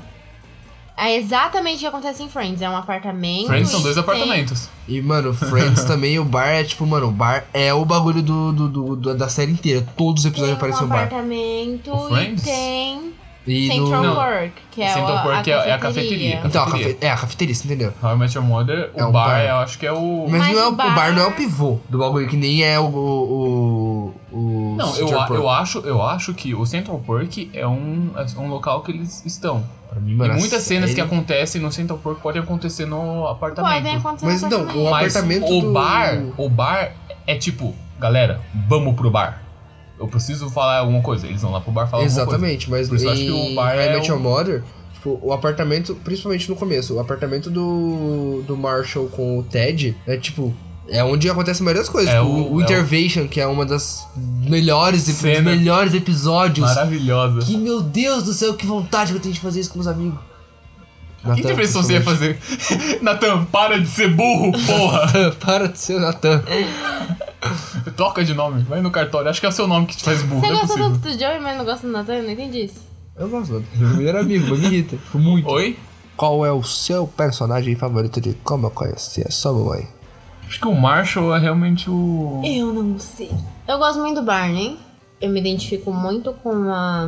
[SPEAKER 3] É exatamente o que acontece em Friends. É um apartamento.
[SPEAKER 1] Friends são
[SPEAKER 3] e
[SPEAKER 1] dois
[SPEAKER 3] tem-
[SPEAKER 1] apartamentos.
[SPEAKER 2] E, mano, Friends também, o bar é tipo, mano, o bar é o bagulho do, do, do- do- da série inteira. Todos os
[SPEAKER 3] Tem
[SPEAKER 2] episódios
[SPEAKER 3] um
[SPEAKER 2] aparecem um bar.
[SPEAKER 3] apartamento
[SPEAKER 1] O
[SPEAKER 3] e
[SPEAKER 1] Friends?
[SPEAKER 3] tem
[SPEAKER 2] E no-
[SPEAKER 3] Central
[SPEAKER 1] Não.
[SPEAKER 3] Park, que é,
[SPEAKER 1] Central
[SPEAKER 3] o,
[SPEAKER 1] Park
[SPEAKER 3] a
[SPEAKER 1] é- é a
[SPEAKER 3] cafeteria.
[SPEAKER 1] cafeteria.
[SPEAKER 2] Então, a cafe... é a cafeteria, você entendeu?
[SPEAKER 1] How I Met Your Mother,
[SPEAKER 2] É
[SPEAKER 1] o
[SPEAKER 2] um
[SPEAKER 1] bar,
[SPEAKER 2] bar.
[SPEAKER 1] eu acho que é o.
[SPEAKER 2] Mas,
[SPEAKER 3] Mas
[SPEAKER 2] não é, o,
[SPEAKER 3] o bar-
[SPEAKER 2] bar não é o pivô do bagulho, que nem é o. o, o, o
[SPEAKER 1] Não, eu,
[SPEAKER 2] Central
[SPEAKER 1] a-
[SPEAKER 2] Park.
[SPEAKER 1] eu, acho, eu acho que o Central Park é um, é um local que eles estão.
[SPEAKER 2] Pra mim,
[SPEAKER 1] e
[SPEAKER 2] mano, a
[SPEAKER 1] muitas cenas que
[SPEAKER 2] série-
[SPEAKER 1] acontecem no Central Park podem acontecer no apartamento.
[SPEAKER 3] Podem acontecer
[SPEAKER 2] Mas
[SPEAKER 3] no
[SPEAKER 2] então,
[SPEAKER 3] apartamento.
[SPEAKER 2] o
[SPEAKER 1] Mas
[SPEAKER 2] apartamento
[SPEAKER 1] o
[SPEAKER 2] do-
[SPEAKER 1] bar, o bar é tipo, galera, vamos pro bar. Eu preciso falar alguma coisa. Eles vão lá pro bar falar alguma
[SPEAKER 2] Exatamente, mas
[SPEAKER 1] Por isso eu acho
[SPEAKER 2] em
[SPEAKER 1] que o bar
[SPEAKER 2] How I
[SPEAKER 1] é
[SPEAKER 2] Met Your
[SPEAKER 1] o-
[SPEAKER 2] Mother, tipo, o apartamento, principalmente no começo, o apartamento do, do Marshall com o Ted é tipo. É onde acontece a maioria das coisas.
[SPEAKER 1] É
[SPEAKER 2] tipo,
[SPEAKER 1] o- é
[SPEAKER 2] o,
[SPEAKER 1] o-
[SPEAKER 2] Intervention, que é uma das melhores, dos
[SPEAKER 1] Cena.
[SPEAKER 2] melhores
[SPEAKER 1] coisa.
[SPEAKER 2] episódios.
[SPEAKER 1] Maravilhosa.
[SPEAKER 2] Que meu Deus do céu, que vontade que eu tenho de fazer isso com meus amigos.
[SPEAKER 1] Que intervenção você ia fazer? Natan, para de ser burro, porra!
[SPEAKER 2] Para de ser o Natan.
[SPEAKER 1] Troca de nome, vai no cartório. Acho que é o seu nome que te faz burro,
[SPEAKER 3] Você
[SPEAKER 1] não é
[SPEAKER 3] gosta
[SPEAKER 1] possível.
[SPEAKER 3] tanto do Joey, mas não gosta do Nathan? Eu não entendi isso.
[SPEAKER 2] Eu gosto, do Natan, meu melhor amigo, mas me irrita. Tipo, muito.
[SPEAKER 1] Oi?
[SPEAKER 2] Qual é o seu personagem favorito de Como Eu Conheci a Sua Mamãe?
[SPEAKER 1] Acho que o Marshall é realmente o.
[SPEAKER 3] Eu não sei. Eu gosto muito do Barney. Eu me identifico muito com a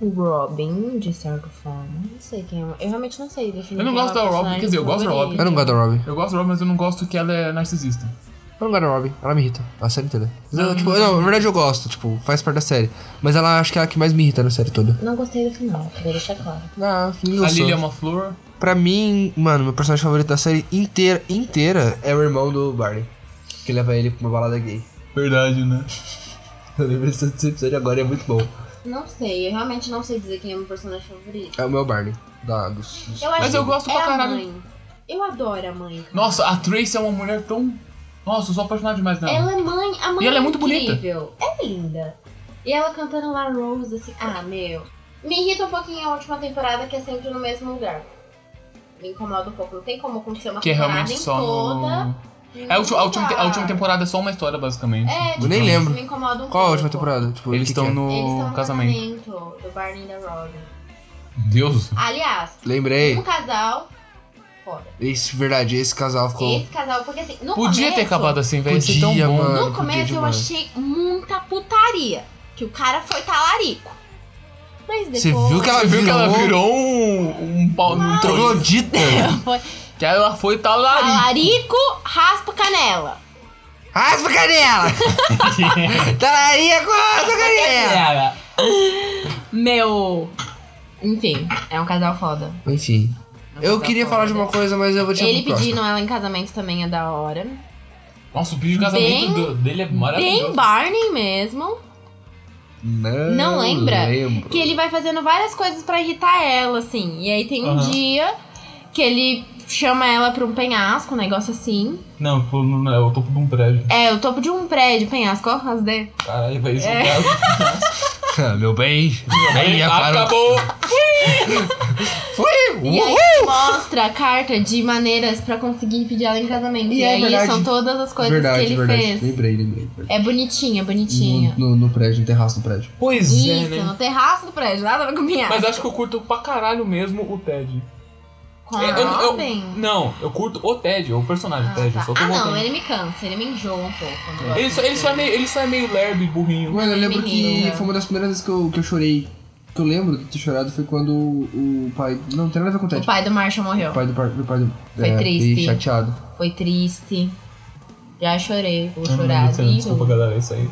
[SPEAKER 3] Robin, de certa forma. Não sei quem é. Eu realmente não sei definir.
[SPEAKER 1] Eu não
[SPEAKER 3] quem é
[SPEAKER 1] gosto
[SPEAKER 3] o
[SPEAKER 1] da Robin,
[SPEAKER 3] personagem
[SPEAKER 1] quer dizer, eu gosto da
[SPEAKER 3] favorito.
[SPEAKER 1] Robin.
[SPEAKER 2] Eu não gosto da Robin.
[SPEAKER 1] Eu gosto do Robin, mas eu não gosto que ela é narcisista.
[SPEAKER 2] Eu não gosto da Robin, ela me irrita, a série toda. Mas ela, tipo, não, na verdade eu gosto, tipo, faz parte da série. Mas ela acho que é a que mais me irrita na série toda.
[SPEAKER 3] Não gostei do final, queria deixar claro.
[SPEAKER 2] Ah,
[SPEAKER 1] a Lily é uma flor.
[SPEAKER 2] Pra mim, mano, meu personagem favorito da série inteira, inteira é o irmão do Barney. Que leva ele pra uma balada gay.
[SPEAKER 1] Verdade, né?
[SPEAKER 2] Eu lembro desse episódio agora e é muito bom.
[SPEAKER 3] Não sei, eu realmente não sei dizer quem é o meu personagem favorito.
[SPEAKER 2] É o meu Barney. Da, dos, dos-
[SPEAKER 3] Eu acho
[SPEAKER 1] Mas eu
[SPEAKER 3] que
[SPEAKER 1] gosto
[SPEAKER 3] é
[SPEAKER 1] pra
[SPEAKER 3] a
[SPEAKER 1] caralho.
[SPEAKER 3] mãe. Eu adoro a mãe.
[SPEAKER 1] Nossa, a Tracy é uma mulher tão Nossa, eu sou apaixonado demais nela.
[SPEAKER 3] Ela é mãe, a mãe
[SPEAKER 1] E ela é muito bonita.
[SPEAKER 3] incrível. É linda. E ela cantando La Rose, assim, ah, meu. Me irrita um pouquinho a última temporada, que é sempre no mesmo lugar. Me incomoda um pouco. Não tem como acontecer uma
[SPEAKER 1] que é
[SPEAKER 3] temporada
[SPEAKER 1] realmente
[SPEAKER 3] em
[SPEAKER 1] só
[SPEAKER 3] toda.
[SPEAKER 1] no...
[SPEAKER 3] em
[SPEAKER 1] É, a, última, a,
[SPEAKER 3] um
[SPEAKER 1] última,
[SPEAKER 3] lugar.
[SPEAKER 1] a última temporada é só uma história, basicamente.
[SPEAKER 3] É, tipo,
[SPEAKER 2] nem
[SPEAKER 3] isso
[SPEAKER 2] lembro.
[SPEAKER 3] me incomoda um
[SPEAKER 2] Qual a última
[SPEAKER 3] pouco.
[SPEAKER 2] temporada? Tipo,
[SPEAKER 1] Eles
[SPEAKER 2] o que
[SPEAKER 1] estão
[SPEAKER 2] que é?
[SPEAKER 1] no
[SPEAKER 3] Eles estão no
[SPEAKER 1] casamento.
[SPEAKER 3] casamento do Barney e da Robin.
[SPEAKER 1] Deus.
[SPEAKER 3] Aliás,
[SPEAKER 2] Lembrei.
[SPEAKER 3] um casal. Foda.
[SPEAKER 2] Isso, verdade, esse casal ficou.
[SPEAKER 3] Esse casal, porque assim, no
[SPEAKER 1] Podia
[SPEAKER 3] começo,
[SPEAKER 1] ter acabado assim, velho. Ia ser tão
[SPEAKER 2] Podia,
[SPEAKER 1] bom.
[SPEAKER 2] mano.
[SPEAKER 3] No
[SPEAKER 2] Podia
[SPEAKER 3] começo eu
[SPEAKER 2] demais.
[SPEAKER 3] achei muita putaria. Que o cara foi talarico. Mas depois.
[SPEAKER 2] Você viu que ela
[SPEAKER 1] Você viu que ela
[SPEAKER 2] virou
[SPEAKER 1] virou um, um pau um troglodita?
[SPEAKER 2] troglodita?
[SPEAKER 3] Foi
[SPEAKER 1] Que ela foi tá talarica.
[SPEAKER 3] talarico, raspa canela.
[SPEAKER 2] Raspa a canela!
[SPEAKER 3] Tá
[SPEAKER 2] Talaria com a canela!
[SPEAKER 3] Meu. Enfim, é um casal foda.
[SPEAKER 2] Enfim.
[SPEAKER 3] É
[SPEAKER 2] Eu
[SPEAKER 3] um casal
[SPEAKER 2] queria falar de
[SPEAKER 3] foda.
[SPEAKER 2] uma coisa, mas eu vou te
[SPEAKER 3] Ele pedindo ela em casamento também é da hora.
[SPEAKER 1] Nossa, o vídeo de casamento
[SPEAKER 3] Bem-
[SPEAKER 1] do- dele é maravilhoso.
[SPEAKER 3] Bem Barney mesmo.
[SPEAKER 2] Não,
[SPEAKER 3] Não lembra?
[SPEAKER 2] Lembro.
[SPEAKER 3] Que ele vai fazendo várias coisas pra irritar ela, assim. E aí tem um
[SPEAKER 1] Aham.
[SPEAKER 3] dia que ele chama ela pra um penhasco, um negócio assim.
[SPEAKER 1] Não, pô, não, não, é o topo de um prédio.
[SPEAKER 3] É, o topo de um prédio, penhasco, ó, as ideias.
[SPEAKER 1] Caralho, vai isso.
[SPEAKER 3] É.
[SPEAKER 2] Ah, Meu bem. Meu bem, é
[SPEAKER 1] Aí,
[SPEAKER 2] já parou.
[SPEAKER 1] acabou.
[SPEAKER 2] Fui!
[SPEAKER 3] E aí
[SPEAKER 2] Uhul!
[SPEAKER 3] ele mostra a carta de maneiras pra conseguir pedir ela em casamento.
[SPEAKER 2] E
[SPEAKER 3] E,
[SPEAKER 2] é
[SPEAKER 3] aí
[SPEAKER 2] verdade.
[SPEAKER 3] são todas as coisas
[SPEAKER 2] verdade,
[SPEAKER 3] que ele
[SPEAKER 2] verdade. Uhum.
[SPEAKER 3] fez.
[SPEAKER 2] Lembrei, lembrei.
[SPEAKER 3] É bonitinho, é bonitinho.
[SPEAKER 2] No, no, no prédio, no terraço do prédio.
[SPEAKER 1] Pois é,
[SPEAKER 3] Isso,
[SPEAKER 1] né?
[SPEAKER 3] no terraço do prédio, nada a ver com minha.
[SPEAKER 1] Mas é, acho que eu curto pra caralho mesmo o Ted.
[SPEAKER 3] Com
[SPEAKER 1] É,
[SPEAKER 3] a
[SPEAKER 1] eu- eu-
[SPEAKER 3] Robin?
[SPEAKER 1] não, eu curto o Ted, o personagem
[SPEAKER 3] Ah,
[SPEAKER 1] Ted.
[SPEAKER 3] tá.
[SPEAKER 1] eu só tô
[SPEAKER 3] Ah,
[SPEAKER 1] voltando.
[SPEAKER 3] não, ele me cansa, ele me enjoa um pouco. eu não gosto
[SPEAKER 1] Ele só, ele, só é
[SPEAKER 3] dele.
[SPEAKER 1] meio, ele só é meio lerdo e burrinho.
[SPEAKER 2] Mano, eu lembro que
[SPEAKER 3] Menina.
[SPEAKER 2] foi uma das primeiras vezes que eu, que eu chorei. Que eu lembro de ter chorado foi quando o, o pai. Não, não tem nada a ver com o Ted.
[SPEAKER 3] O pai do Marshall
[SPEAKER 2] O
[SPEAKER 3] morreu.
[SPEAKER 2] pai do par- do pai do.
[SPEAKER 3] Foi
[SPEAKER 2] é,
[SPEAKER 3] triste.
[SPEAKER 2] fiquei chateado.
[SPEAKER 3] Foi triste. Já chorei,
[SPEAKER 2] Ah,
[SPEAKER 3] vou
[SPEAKER 1] Eu não
[SPEAKER 3] chorar.
[SPEAKER 1] lembro disso,
[SPEAKER 3] vivo.
[SPEAKER 1] Desculpa, galera, é isso aí.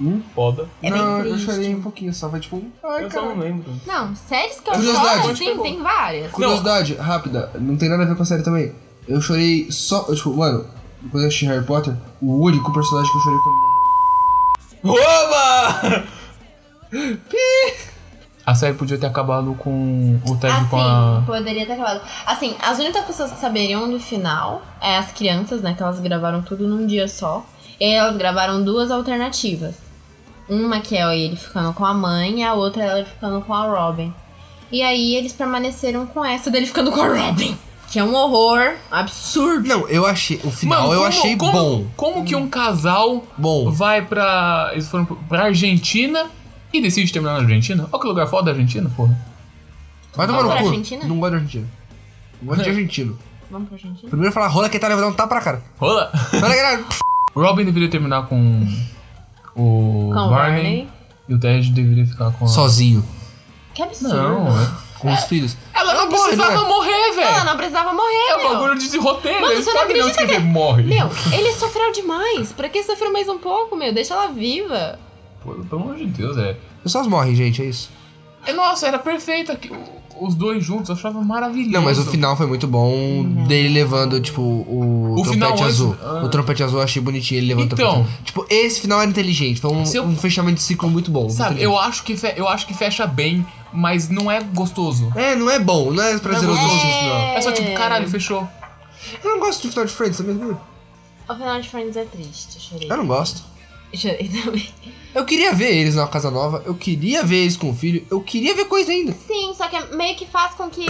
[SPEAKER 2] Hum?
[SPEAKER 1] Foda.
[SPEAKER 3] É bem
[SPEAKER 2] não, eu
[SPEAKER 3] triste.
[SPEAKER 2] chorei um pouquinho só, vai tipo. Ai,
[SPEAKER 1] Eu só não
[SPEAKER 2] cara.
[SPEAKER 1] lembro.
[SPEAKER 3] Não, séries que eu
[SPEAKER 2] Curiosidade.
[SPEAKER 3] choro
[SPEAKER 1] tipo,
[SPEAKER 3] assim, tem várias.
[SPEAKER 2] Curiosidade, rápida, não tem nada a ver com a série também. Eu chorei só. eu, Tipo, mano, quando eu assisti Harry Potter, o único personagem que eu chorei quando morreu.
[SPEAKER 1] Oba! A série podia ter acabado com o Ted
[SPEAKER 2] Ah,
[SPEAKER 3] Assim,
[SPEAKER 1] Tá com a.
[SPEAKER 3] poderia ter acabado. Assim, as únicas pessoas que saberiam do final é as crianças, né? Que elas gravaram tudo num dia só. E aí elas gravaram duas alternativas. Uma que é ele ficando com a mãe e a outra é ela ficando com a Robin. E aí eles permaneceram com essa dele ficando com a Robin. Que é um horror absurdo.
[SPEAKER 2] Não, eu achei. O final eu achei
[SPEAKER 1] como,
[SPEAKER 2] bom.
[SPEAKER 1] Como que um casal
[SPEAKER 2] Bom.
[SPEAKER 1] vai pra. Eles foram pra Argentina e decide terminar na Argentina? Olha que lugar foda da Argentina, porra.
[SPEAKER 2] Vai tomar
[SPEAKER 3] Vamos
[SPEAKER 2] no
[SPEAKER 3] pra
[SPEAKER 2] cu.
[SPEAKER 3] Argentina?
[SPEAKER 2] Não gosto de argentino. Não gosto de argentino.
[SPEAKER 3] Vamos pra Argentina?
[SPEAKER 2] Primeiro falar rola que tá levando um tapa na cara.
[SPEAKER 1] Rola!
[SPEAKER 2] Rola que tá-
[SPEAKER 1] Robin deveria terminar com. O.
[SPEAKER 3] Com o
[SPEAKER 1] Barney.
[SPEAKER 3] Barney.
[SPEAKER 1] E o Ted deveria ficar com a.
[SPEAKER 2] Sozinho.
[SPEAKER 3] Que absurdo.
[SPEAKER 1] Não, é.
[SPEAKER 2] Com os filhos.
[SPEAKER 1] Ela não
[SPEAKER 2] Não pode,
[SPEAKER 1] precisava
[SPEAKER 2] né?
[SPEAKER 1] morrer,
[SPEAKER 3] Ela
[SPEAKER 1] velho.
[SPEAKER 3] não precisava morrer,
[SPEAKER 1] É um
[SPEAKER 3] meu.
[SPEAKER 1] bagulho de roteiro.
[SPEAKER 3] Mano,
[SPEAKER 1] eles
[SPEAKER 3] você não
[SPEAKER 1] sabem
[SPEAKER 3] acredita
[SPEAKER 1] escrever
[SPEAKER 3] que- é-
[SPEAKER 1] morre.
[SPEAKER 3] Meu, ele sofreu demais. Pra que sofrer mais um pouco, meu? Deixa ela viva.
[SPEAKER 1] Pô, pelo amor de Deus, é.
[SPEAKER 2] Pessoas morrem, gente, é isso.
[SPEAKER 1] É, Nossa, era perfeito aqui. o- Os dois juntos, eu achava maravilhoso.
[SPEAKER 2] Não, mas o final foi muito bom
[SPEAKER 1] Uhum.
[SPEAKER 2] dele levando, tipo, o,
[SPEAKER 1] O final
[SPEAKER 2] trompete
[SPEAKER 1] antes-
[SPEAKER 2] azul.
[SPEAKER 1] Ah.
[SPEAKER 2] O trompete azul eu achei bonitinho, ele levando o
[SPEAKER 1] Então.
[SPEAKER 2] trompete azul. Tipo, esse final era inteligente. Foi um,
[SPEAKER 1] Se eu-
[SPEAKER 2] um fechamento de ciclo muito
[SPEAKER 3] é
[SPEAKER 2] bom.
[SPEAKER 1] Sabe,
[SPEAKER 2] muito
[SPEAKER 1] eu acho, que fe- eu acho que fecha bem, mas não é gostoso.
[SPEAKER 2] inteligente. É, não é bom, não é prazeroso
[SPEAKER 1] Não é
[SPEAKER 2] assistir o
[SPEAKER 3] gostoso.
[SPEAKER 2] final.
[SPEAKER 1] É, só tipo, caralho, fechou.
[SPEAKER 2] Eu não gosto de final de Friends, também. Eu
[SPEAKER 3] O final de Friends é triste, eu chorei.
[SPEAKER 2] não gosto.
[SPEAKER 3] Eu chorei também.
[SPEAKER 2] Eu queria ver eles na casa nova, eu queria ver eles com o filho, eu queria ver coisa ainda.
[SPEAKER 3] Sim, só que é- meio que faz com que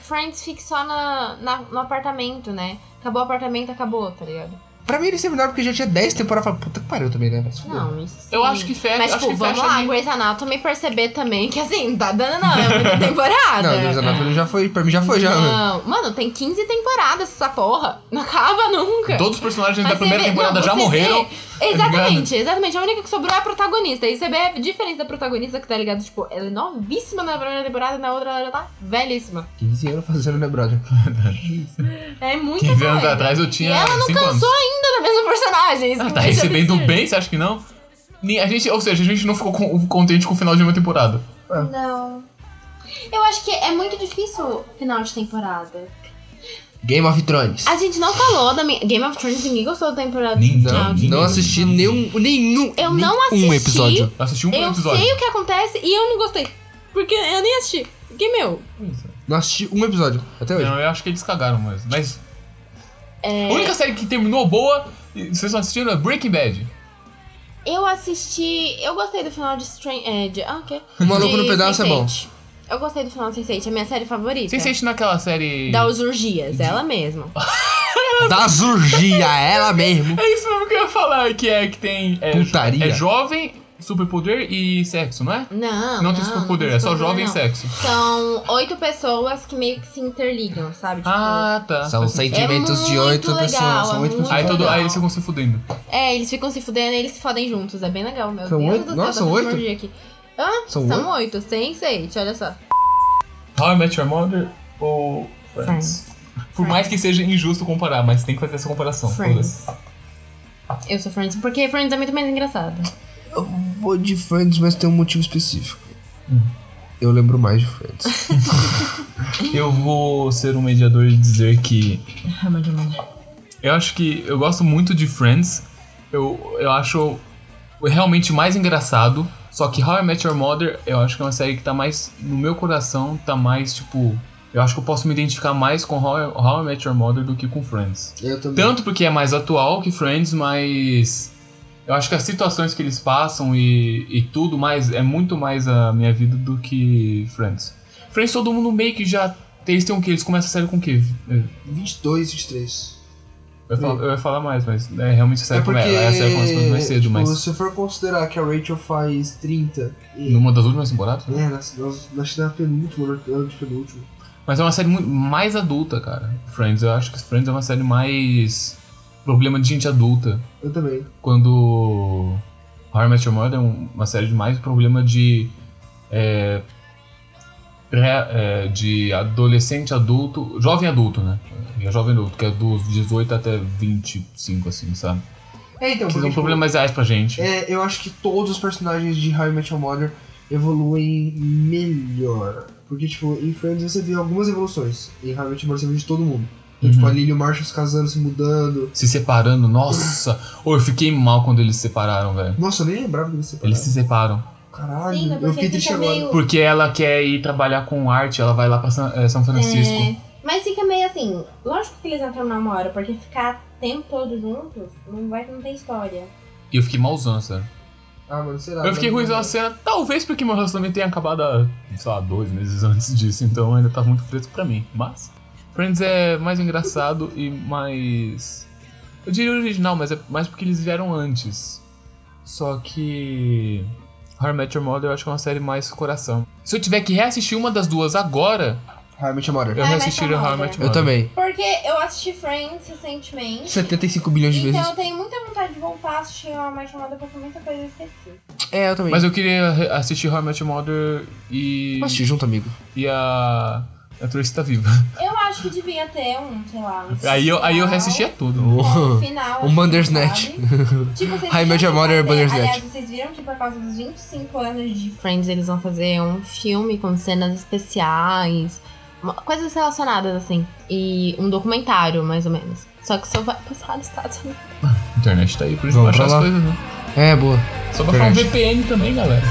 [SPEAKER 3] Friends fique só na, na- no apartamento, né? Acabou o apartamento, acabou, tá ligado?
[SPEAKER 2] Pra mim eles terminaram porque já tinha 10 temporadas. eu falei, Puta que pariu também, né? Mas fudeu.
[SPEAKER 3] Não, isso.
[SPEAKER 1] Eu
[SPEAKER 3] sim.
[SPEAKER 1] acho que fecha-
[SPEAKER 3] Mas,
[SPEAKER 1] acho
[SPEAKER 3] tipo,
[SPEAKER 1] que
[SPEAKER 3] vamos
[SPEAKER 1] fecha
[SPEAKER 3] lá,
[SPEAKER 1] bem.
[SPEAKER 3] Grey's Anatomy perceber também que, assim, não tá dando, não. É muita temporada.
[SPEAKER 2] Não, Grey's Anatomy já foi, pra mim já foi, já. né?
[SPEAKER 3] Não, mano, tem 15 temporadas essa porra. Não acaba nunca.
[SPEAKER 1] Todos os personagens
[SPEAKER 3] É. Mas
[SPEAKER 1] da primeira
[SPEAKER 3] você vê-
[SPEAKER 1] temporada
[SPEAKER 3] não,
[SPEAKER 1] já
[SPEAKER 3] você
[SPEAKER 1] morreram. tá
[SPEAKER 3] vê- exatamente, exatamente. A única que sobrou é a protagonista. E você vê diferente da protagonista, que tá ligado? Tipo, ela é novíssima na primeira temporada e na outra ela tá velhíssima.
[SPEAKER 2] 15 anos fazendo, né, brother?
[SPEAKER 3] É muito
[SPEAKER 1] 15 anos
[SPEAKER 3] doida.
[SPEAKER 1] atrás eu tinha
[SPEAKER 3] E ela não
[SPEAKER 1] 5 anos.
[SPEAKER 3] cansou ainda do mesmo personagem. Isso é
[SPEAKER 1] Ah,
[SPEAKER 3] que
[SPEAKER 1] tá
[SPEAKER 3] me deixa
[SPEAKER 1] recebendo
[SPEAKER 3] absurda.
[SPEAKER 1] bem, você acha que não? Nem- A gente, ou seja, a gente não ficou com- contente com o final de uma temporada.
[SPEAKER 3] Não. Eu acho que é muito difícil o final de temporada.
[SPEAKER 2] Game of Thrones.
[SPEAKER 3] A gente não falou da minha... Game of Thrones, ninguém gostou da temporada
[SPEAKER 1] Ninguém,
[SPEAKER 3] final de
[SPEAKER 1] ninguém.
[SPEAKER 2] Não assisti nenhum, nenhum.
[SPEAKER 3] Eu não assisti.
[SPEAKER 2] Um episódio.
[SPEAKER 1] Eu assisti um
[SPEAKER 3] Eu
[SPEAKER 1] episódio.
[SPEAKER 3] sei o que acontece e eu não gostei. Porque eu nem assisti. Porque, meu,
[SPEAKER 2] Não assisti um episódio até hoje.
[SPEAKER 3] É,
[SPEAKER 1] Não, eu acho que eles cagaram, mas. mas... A única série que terminou boa E Vocês estão assistindo é Breaking Bad?
[SPEAKER 3] Eu assisti. Eu gostei do final de Strange. É, de, ah, ok.
[SPEAKER 2] O Maluco
[SPEAKER 3] De
[SPEAKER 2] no Pedaço é bom.
[SPEAKER 3] Sense8. Eu gostei do final de Sense8, é a minha série favorita.
[SPEAKER 1] Vocês assistem naquela série.
[SPEAKER 3] Das urgias, ela mesma.
[SPEAKER 2] Ah. Da surgia, ela mesmo.
[SPEAKER 1] É isso mesmo que eu ia falar, que é que tem. É,
[SPEAKER 2] Putaria.
[SPEAKER 1] É jovem, superpoder e sexo, não é?
[SPEAKER 3] Não.
[SPEAKER 1] Não tem superpoder, é só jovem e
[SPEAKER 3] não.
[SPEAKER 1] sexo.
[SPEAKER 3] São oito pessoas que meio que se interligam, sabe? Tipo,
[SPEAKER 1] Ah, tá.
[SPEAKER 2] São
[SPEAKER 1] Faz sentido.
[SPEAKER 2] sentimentos de
[SPEAKER 3] muito
[SPEAKER 2] oito
[SPEAKER 3] legal,
[SPEAKER 2] pessoas.
[SPEAKER 3] é
[SPEAKER 2] São oito
[SPEAKER 3] muito-
[SPEAKER 2] pessoas.
[SPEAKER 1] Aí, todo, aí
[SPEAKER 3] legal.
[SPEAKER 1] eles ficam se fudendo.
[SPEAKER 3] É, eles ficam se fudendo e eles se fodem juntos. É bem legal, meu
[SPEAKER 2] São
[SPEAKER 3] Deus
[SPEAKER 2] oito?
[SPEAKER 3] do céu.
[SPEAKER 2] Nossa,
[SPEAKER 3] tá
[SPEAKER 2] oito?
[SPEAKER 3] tendo orgia Aqui. Hã?
[SPEAKER 2] São
[SPEAKER 3] São oito, sem sete, olha só.
[SPEAKER 1] How I Met Your Mother ou Friends? Por mais que seja injusto comparar, mas tem que fazer essa comparação.
[SPEAKER 3] Friends.
[SPEAKER 1] foda-se.
[SPEAKER 3] Eu sou Friends, porque Friends é muito mais engraçado.
[SPEAKER 2] Eu vou de Friends, mas tem um motivo específico. Eu lembro mais de Friends.
[SPEAKER 1] Eu vou ser um mediador e dizer que
[SPEAKER 3] Ah, mas eu não-
[SPEAKER 1] Eu acho que eu gosto muito de Friends. Eu, eu acho realmente mais engraçado. Só que How I Met Your Mother, eu acho que é uma série que tá mais no meu coração, tá mais tipo. Eu acho que eu posso me identificar mais com How I, How I Met Your Mother do que com Friends.
[SPEAKER 2] Eu também.
[SPEAKER 1] Tanto porque é mais atual que Friends, mas. Eu acho que as situações que eles passam e, e tudo mais é muito mais a minha vida do que Friends. Friends todo mundo meio que já. Eles têm o quê? Eles começam a série com o quê?
[SPEAKER 2] 22, 23.
[SPEAKER 1] Eu ia, falar, eu ia falar mais, mas é, realmente a série,
[SPEAKER 2] é porque,
[SPEAKER 1] come- a série começa muito mais cedo,
[SPEAKER 2] tipo,
[SPEAKER 1] mas
[SPEAKER 2] se eu for considerar que a Rachel faz 30 e...
[SPEAKER 1] numa das últimas temporadas.
[SPEAKER 2] É, nas- nas- acho que na penúltima, na ano de penúltima.
[SPEAKER 1] Mas é uma série muito mais adulta, cara. Friends, eu acho que Friends é uma série mais problema de gente adulta.
[SPEAKER 2] Eu também.
[SPEAKER 1] Quando How I Met Your Mother é um- uma série de mais problema de é, pré- é, de adolescente adulto, jovem adulto, né? É jovem adulto, que é dos 18 até 25, assim, sabe?
[SPEAKER 2] É, então,
[SPEAKER 1] Que são
[SPEAKER 2] porque, tipo,
[SPEAKER 1] problemas reais pra gente.
[SPEAKER 2] É, eu acho que todos os personagens de How I Met Your Mother evoluem melhor. Porque, tipo, em Friends você vê algumas evoluções. Em How I Met Your Mother você vê de todo mundo. Então,
[SPEAKER 1] Uhum.
[SPEAKER 2] Tipo, a Lily e o Marshall se casando, se mudando.
[SPEAKER 1] Se separando, nossa! Ou eu fiquei mal quando eles se separaram, velho.
[SPEAKER 2] Nossa, eu nem lembrava que eles se
[SPEAKER 1] Eles
[SPEAKER 2] separaram.
[SPEAKER 1] se separam.
[SPEAKER 2] Caralho,
[SPEAKER 3] Sim, mas
[SPEAKER 2] eu
[SPEAKER 3] porque
[SPEAKER 2] fiquei triste
[SPEAKER 3] fica
[SPEAKER 2] agora.
[SPEAKER 3] meio.
[SPEAKER 1] Porque ela quer ir trabalhar com arte, ela vai lá pra San, eh, São Francisco.
[SPEAKER 3] É, mas fica meio assim, lógico que eles vão terminar uma hora, porque ficar o tempo todo juntos não vai não tem história.
[SPEAKER 1] E eu fiquei malzão, sério.
[SPEAKER 2] Ah, mano, será?
[SPEAKER 1] Eu fiquei ruim na cena, talvez porque meu relacionamento tenha acabado há, sei lá, dois meses antes disso, então ainda tá muito fresco pra mim. Mas. Friends é mais engraçado e mais. Eu diria original, mas é mais porque eles vieram antes. Só que. How I Met Your Mother eu acho que é uma série mais coração. Se eu tiver que reassistir uma das duas agora,
[SPEAKER 2] How I Met Your Mother.
[SPEAKER 1] eu
[SPEAKER 3] How I Met
[SPEAKER 1] reassistiria
[SPEAKER 3] Your
[SPEAKER 1] How I
[SPEAKER 3] Mother.
[SPEAKER 1] Met Your
[SPEAKER 2] Eu
[SPEAKER 1] Mother.
[SPEAKER 2] também.
[SPEAKER 3] Porque eu assisti Friends recentemente.
[SPEAKER 2] 75 bilhões de
[SPEAKER 3] Então
[SPEAKER 2] vezes.
[SPEAKER 3] eu tenho muita vontade de voltar a assistir uma chamada porque muita coisa eu esqueci.
[SPEAKER 2] É, eu também.
[SPEAKER 1] Mas eu queria re- assistir How I Met Your Mother e.
[SPEAKER 2] assisti junto, amigo.
[SPEAKER 1] e a. A Tracy tá viva.
[SPEAKER 3] Eu acho que devia ter um, sei lá, um
[SPEAKER 1] Aí eu, aí eu
[SPEAKER 3] final.
[SPEAKER 1] reassistia tudo.
[SPEAKER 3] É,
[SPEAKER 2] Oh.
[SPEAKER 3] um final.
[SPEAKER 2] Um
[SPEAKER 3] assim,
[SPEAKER 2] Bandersnatch.
[SPEAKER 3] sabe? Tipo, vocês
[SPEAKER 2] How I
[SPEAKER 3] viram
[SPEAKER 2] Met Your
[SPEAKER 3] que
[SPEAKER 2] Mother
[SPEAKER 3] vai ter-
[SPEAKER 2] Bandersnatch.
[SPEAKER 3] Aliás, vocês viram que por causa dos 25 anos de Friends, eles vão fazer um filme com cenas especiais, uma- coisas relacionadas assim, e um documentário, mais ou menos. Só que só vai passar nos Estados Unidos.
[SPEAKER 1] A internet tá aí pra gente
[SPEAKER 2] Vamos
[SPEAKER 1] baixar
[SPEAKER 2] pra
[SPEAKER 1] as
[SPEAKER 2] lá.
[SPEAKER 1] coisas, né?
[SPEAKER 2] É, boa.
[SPEAKER 1] Só baixar um
[SPEAKER 2] Internet.
[SPEAKER 1] VPN também, galera.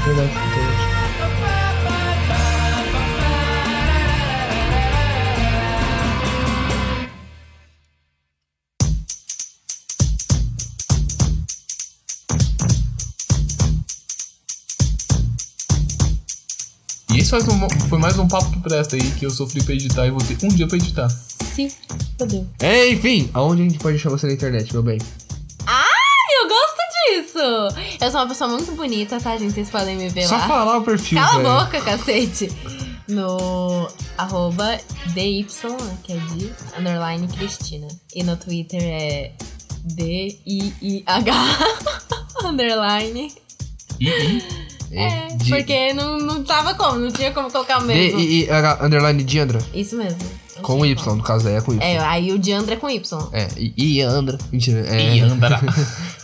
[SPEAKER 1] E esse faz um- foi mais um papo que presta aí, que eu sofri pra editar e vou ter um dia pra editar.
[SPEAKER 3] Sim, fodeu.
[SPEAKER 2] Enfim, aonde a gente pode achar você na internet, meu bem?
[SPEAKER 3] Eu gosto disso! Eu sou uma pessoa muito bonita, tá, gente? Vocês podem me ver
[SPEAKER 2] Só
[SPEAKER 3] lá.
[SPEAKER 2] falar o perfil,
[SPEAKER 3] Cala
[SPEAKER 2] velho.
[SPEAKER 3] a boca, cacete! No arroba DY, né, que é de underline Cristina. E no Twitter é D-I-I-H underline. É,
[SPEAKER 2] de-
[SPEAKER 3] porque não, não tava como, não tinha como colocar o mesmo.
[SPEAKER 2] D-I-I-H, underline Diandra.
[SPEAKER 3] Isso mesmo. Não
[SPEAKER 2] Com
[SPEAKER 3] tinha
[SPEAKER 2] Y,
[SPEAKER 3] como.
[SPEAKER 2] no caso, é com Y.
[SPEAKER 3] É, aí o Diandra é com Y.
[SPEAKER 2] É, I- Iandra. Mentira, é.
[SPEAKER 1] Iandra.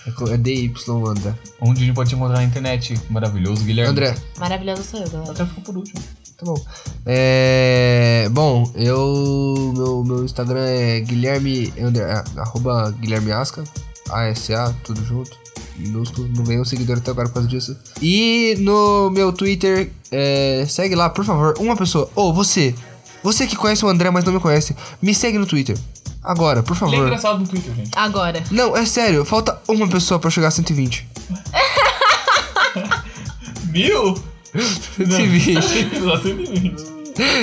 [SPEAKER 2] é co- É DY Andra.
[SPEAKER 1] Onde a gente pode te encontrar na internet? Maravilhoso, Guilherme.
[SPEAKER 2] André,
[SPEAKER 3] Maravilhoso sou eu, galera.
[SPEAKER 1] Até ficou por último.
[SPEAKER 2] tá bom. É. Bom, eu. Meu, meu Instagram é Guilherme. Under, ah, arroba Guilherme Asca. ASA, tudo junto. Minúsculo, não ganhei um seguidor até agora por causa disso. E no meu Twitter, é, segue lá, por favor, uma pessoa. Ou você, você que conhece o André, mas não me conhece, me segue no Twitter. Agora, por
[SPEAKER 1] Ele é
[SPEAKER 2] favor.
[SPEAKER 1] engraçado no Twitter, gente.
[SPEAKER 3] Agora.
[SPEAKER 2] Não, é sério, falta uma pessoa pra chegar a 120.
[SPEAKER 1] Mil?
[SPEAKER 2] 120.
[SPEAKER 1] Só 120.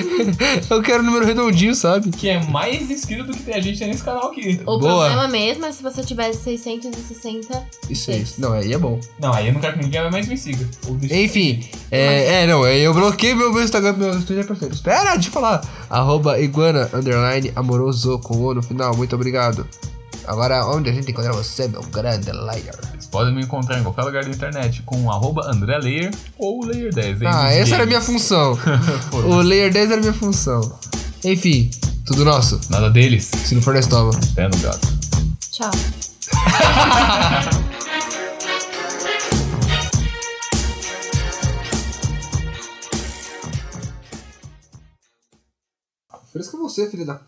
[SPEAKER 2] Eu quero um número redondinho, sabe?
[SPEAKER 1] Que é mais inscrito do que tem a gente nesse canal aqui.
[SPEAKER 3] O
[SPEAKER 2] Boa.
[SPEAKER 3] problema mesmo é se você tivesse 660.
[SPEAKER 2] Isso é isso. Não, aí é bom.
[SPEAKER 1] Não, aí eu não quero que ninguém mais me siga. Ou deixa-
[SPEAKER 2] Enfim, é, é, não, é, eu bloqueei meu, meu Instagram, meu Twitter perfeito. Espera, deixa eu falar. Arroba iguana, underline, amoroso, com o no final. Muito obrigado. Agora, onde a gente encontrar você, meu grande liar?
[SPEAKER 1] Vocês podem me encontrar em qualquer lugar da internet com arroba André Layer ou Layer 10. hein,
[SPEAKER 2] Ah,
[SPEAKER 1] dos
[SPEAKER 2] essa era a minha
[SPEAKER 1] games.
[SPEAKER 2] função.
[SPEAKER 1] Foda-se.
[SPEAKER 2] o layer 10 era a minha função. Enfim, tudo nosso.
[SPEAKER 1] Nada deles.
[SPEAKER 2] Se não for na estoma.
[SPEAKER 1] Pé no gato.
[SPEAKER 3] Tchau.
[SPEAKER 2] Feliz com você, filho da.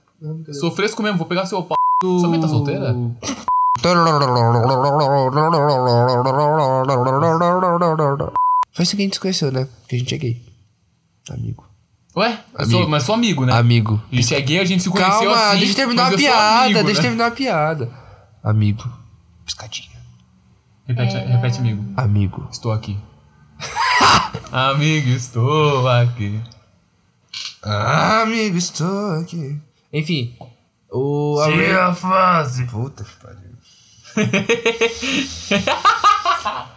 [SPEAKER 1] Sou fresco mesmo, vou pegar seu pau. Sua mãe tá solteira?
[SPEAKER 2] Foi isso que a gente se conheceu, né? Porque a gente é gay. Amigo.
[SPEAKER 1] Ué? Eu
[SPEAKER 2] Amigo.
[SPEAKER 1] sou- mas sou amigo, né?
[SPEAKER 2] Amigo.
[SPEAKER 1] A gente é gay, a gente se conheceu
[SPEAKER 2] Calma,
[SPEAKER 1] assim.
[SPEAKER 2] deixa eu terminar
[SPEAKER 1] mas
[SPEAKER 2] a
[SPEAKER 1] eu sou
[SPEAKER 2] piada,
[SPEAKER 1] amigo,
[SPEAKER 2] deixa eu
[SPEAKER 1] né?
[SPEAKER 2] terminar a piada. Amigo. Piscadinha.
[SPEAKER 1] Repete, repete, amigo.
[SPEAKER 2] Amigo.
[SPEAKER 1] Estou aqui. amigo, estou aqui.
[SPEAKER 2] Ah, amigo, estou aqui. Enfim. O. a Ra-
[SPEAKER 1] a fase.
[SPEAKER 2] Puta que pariu.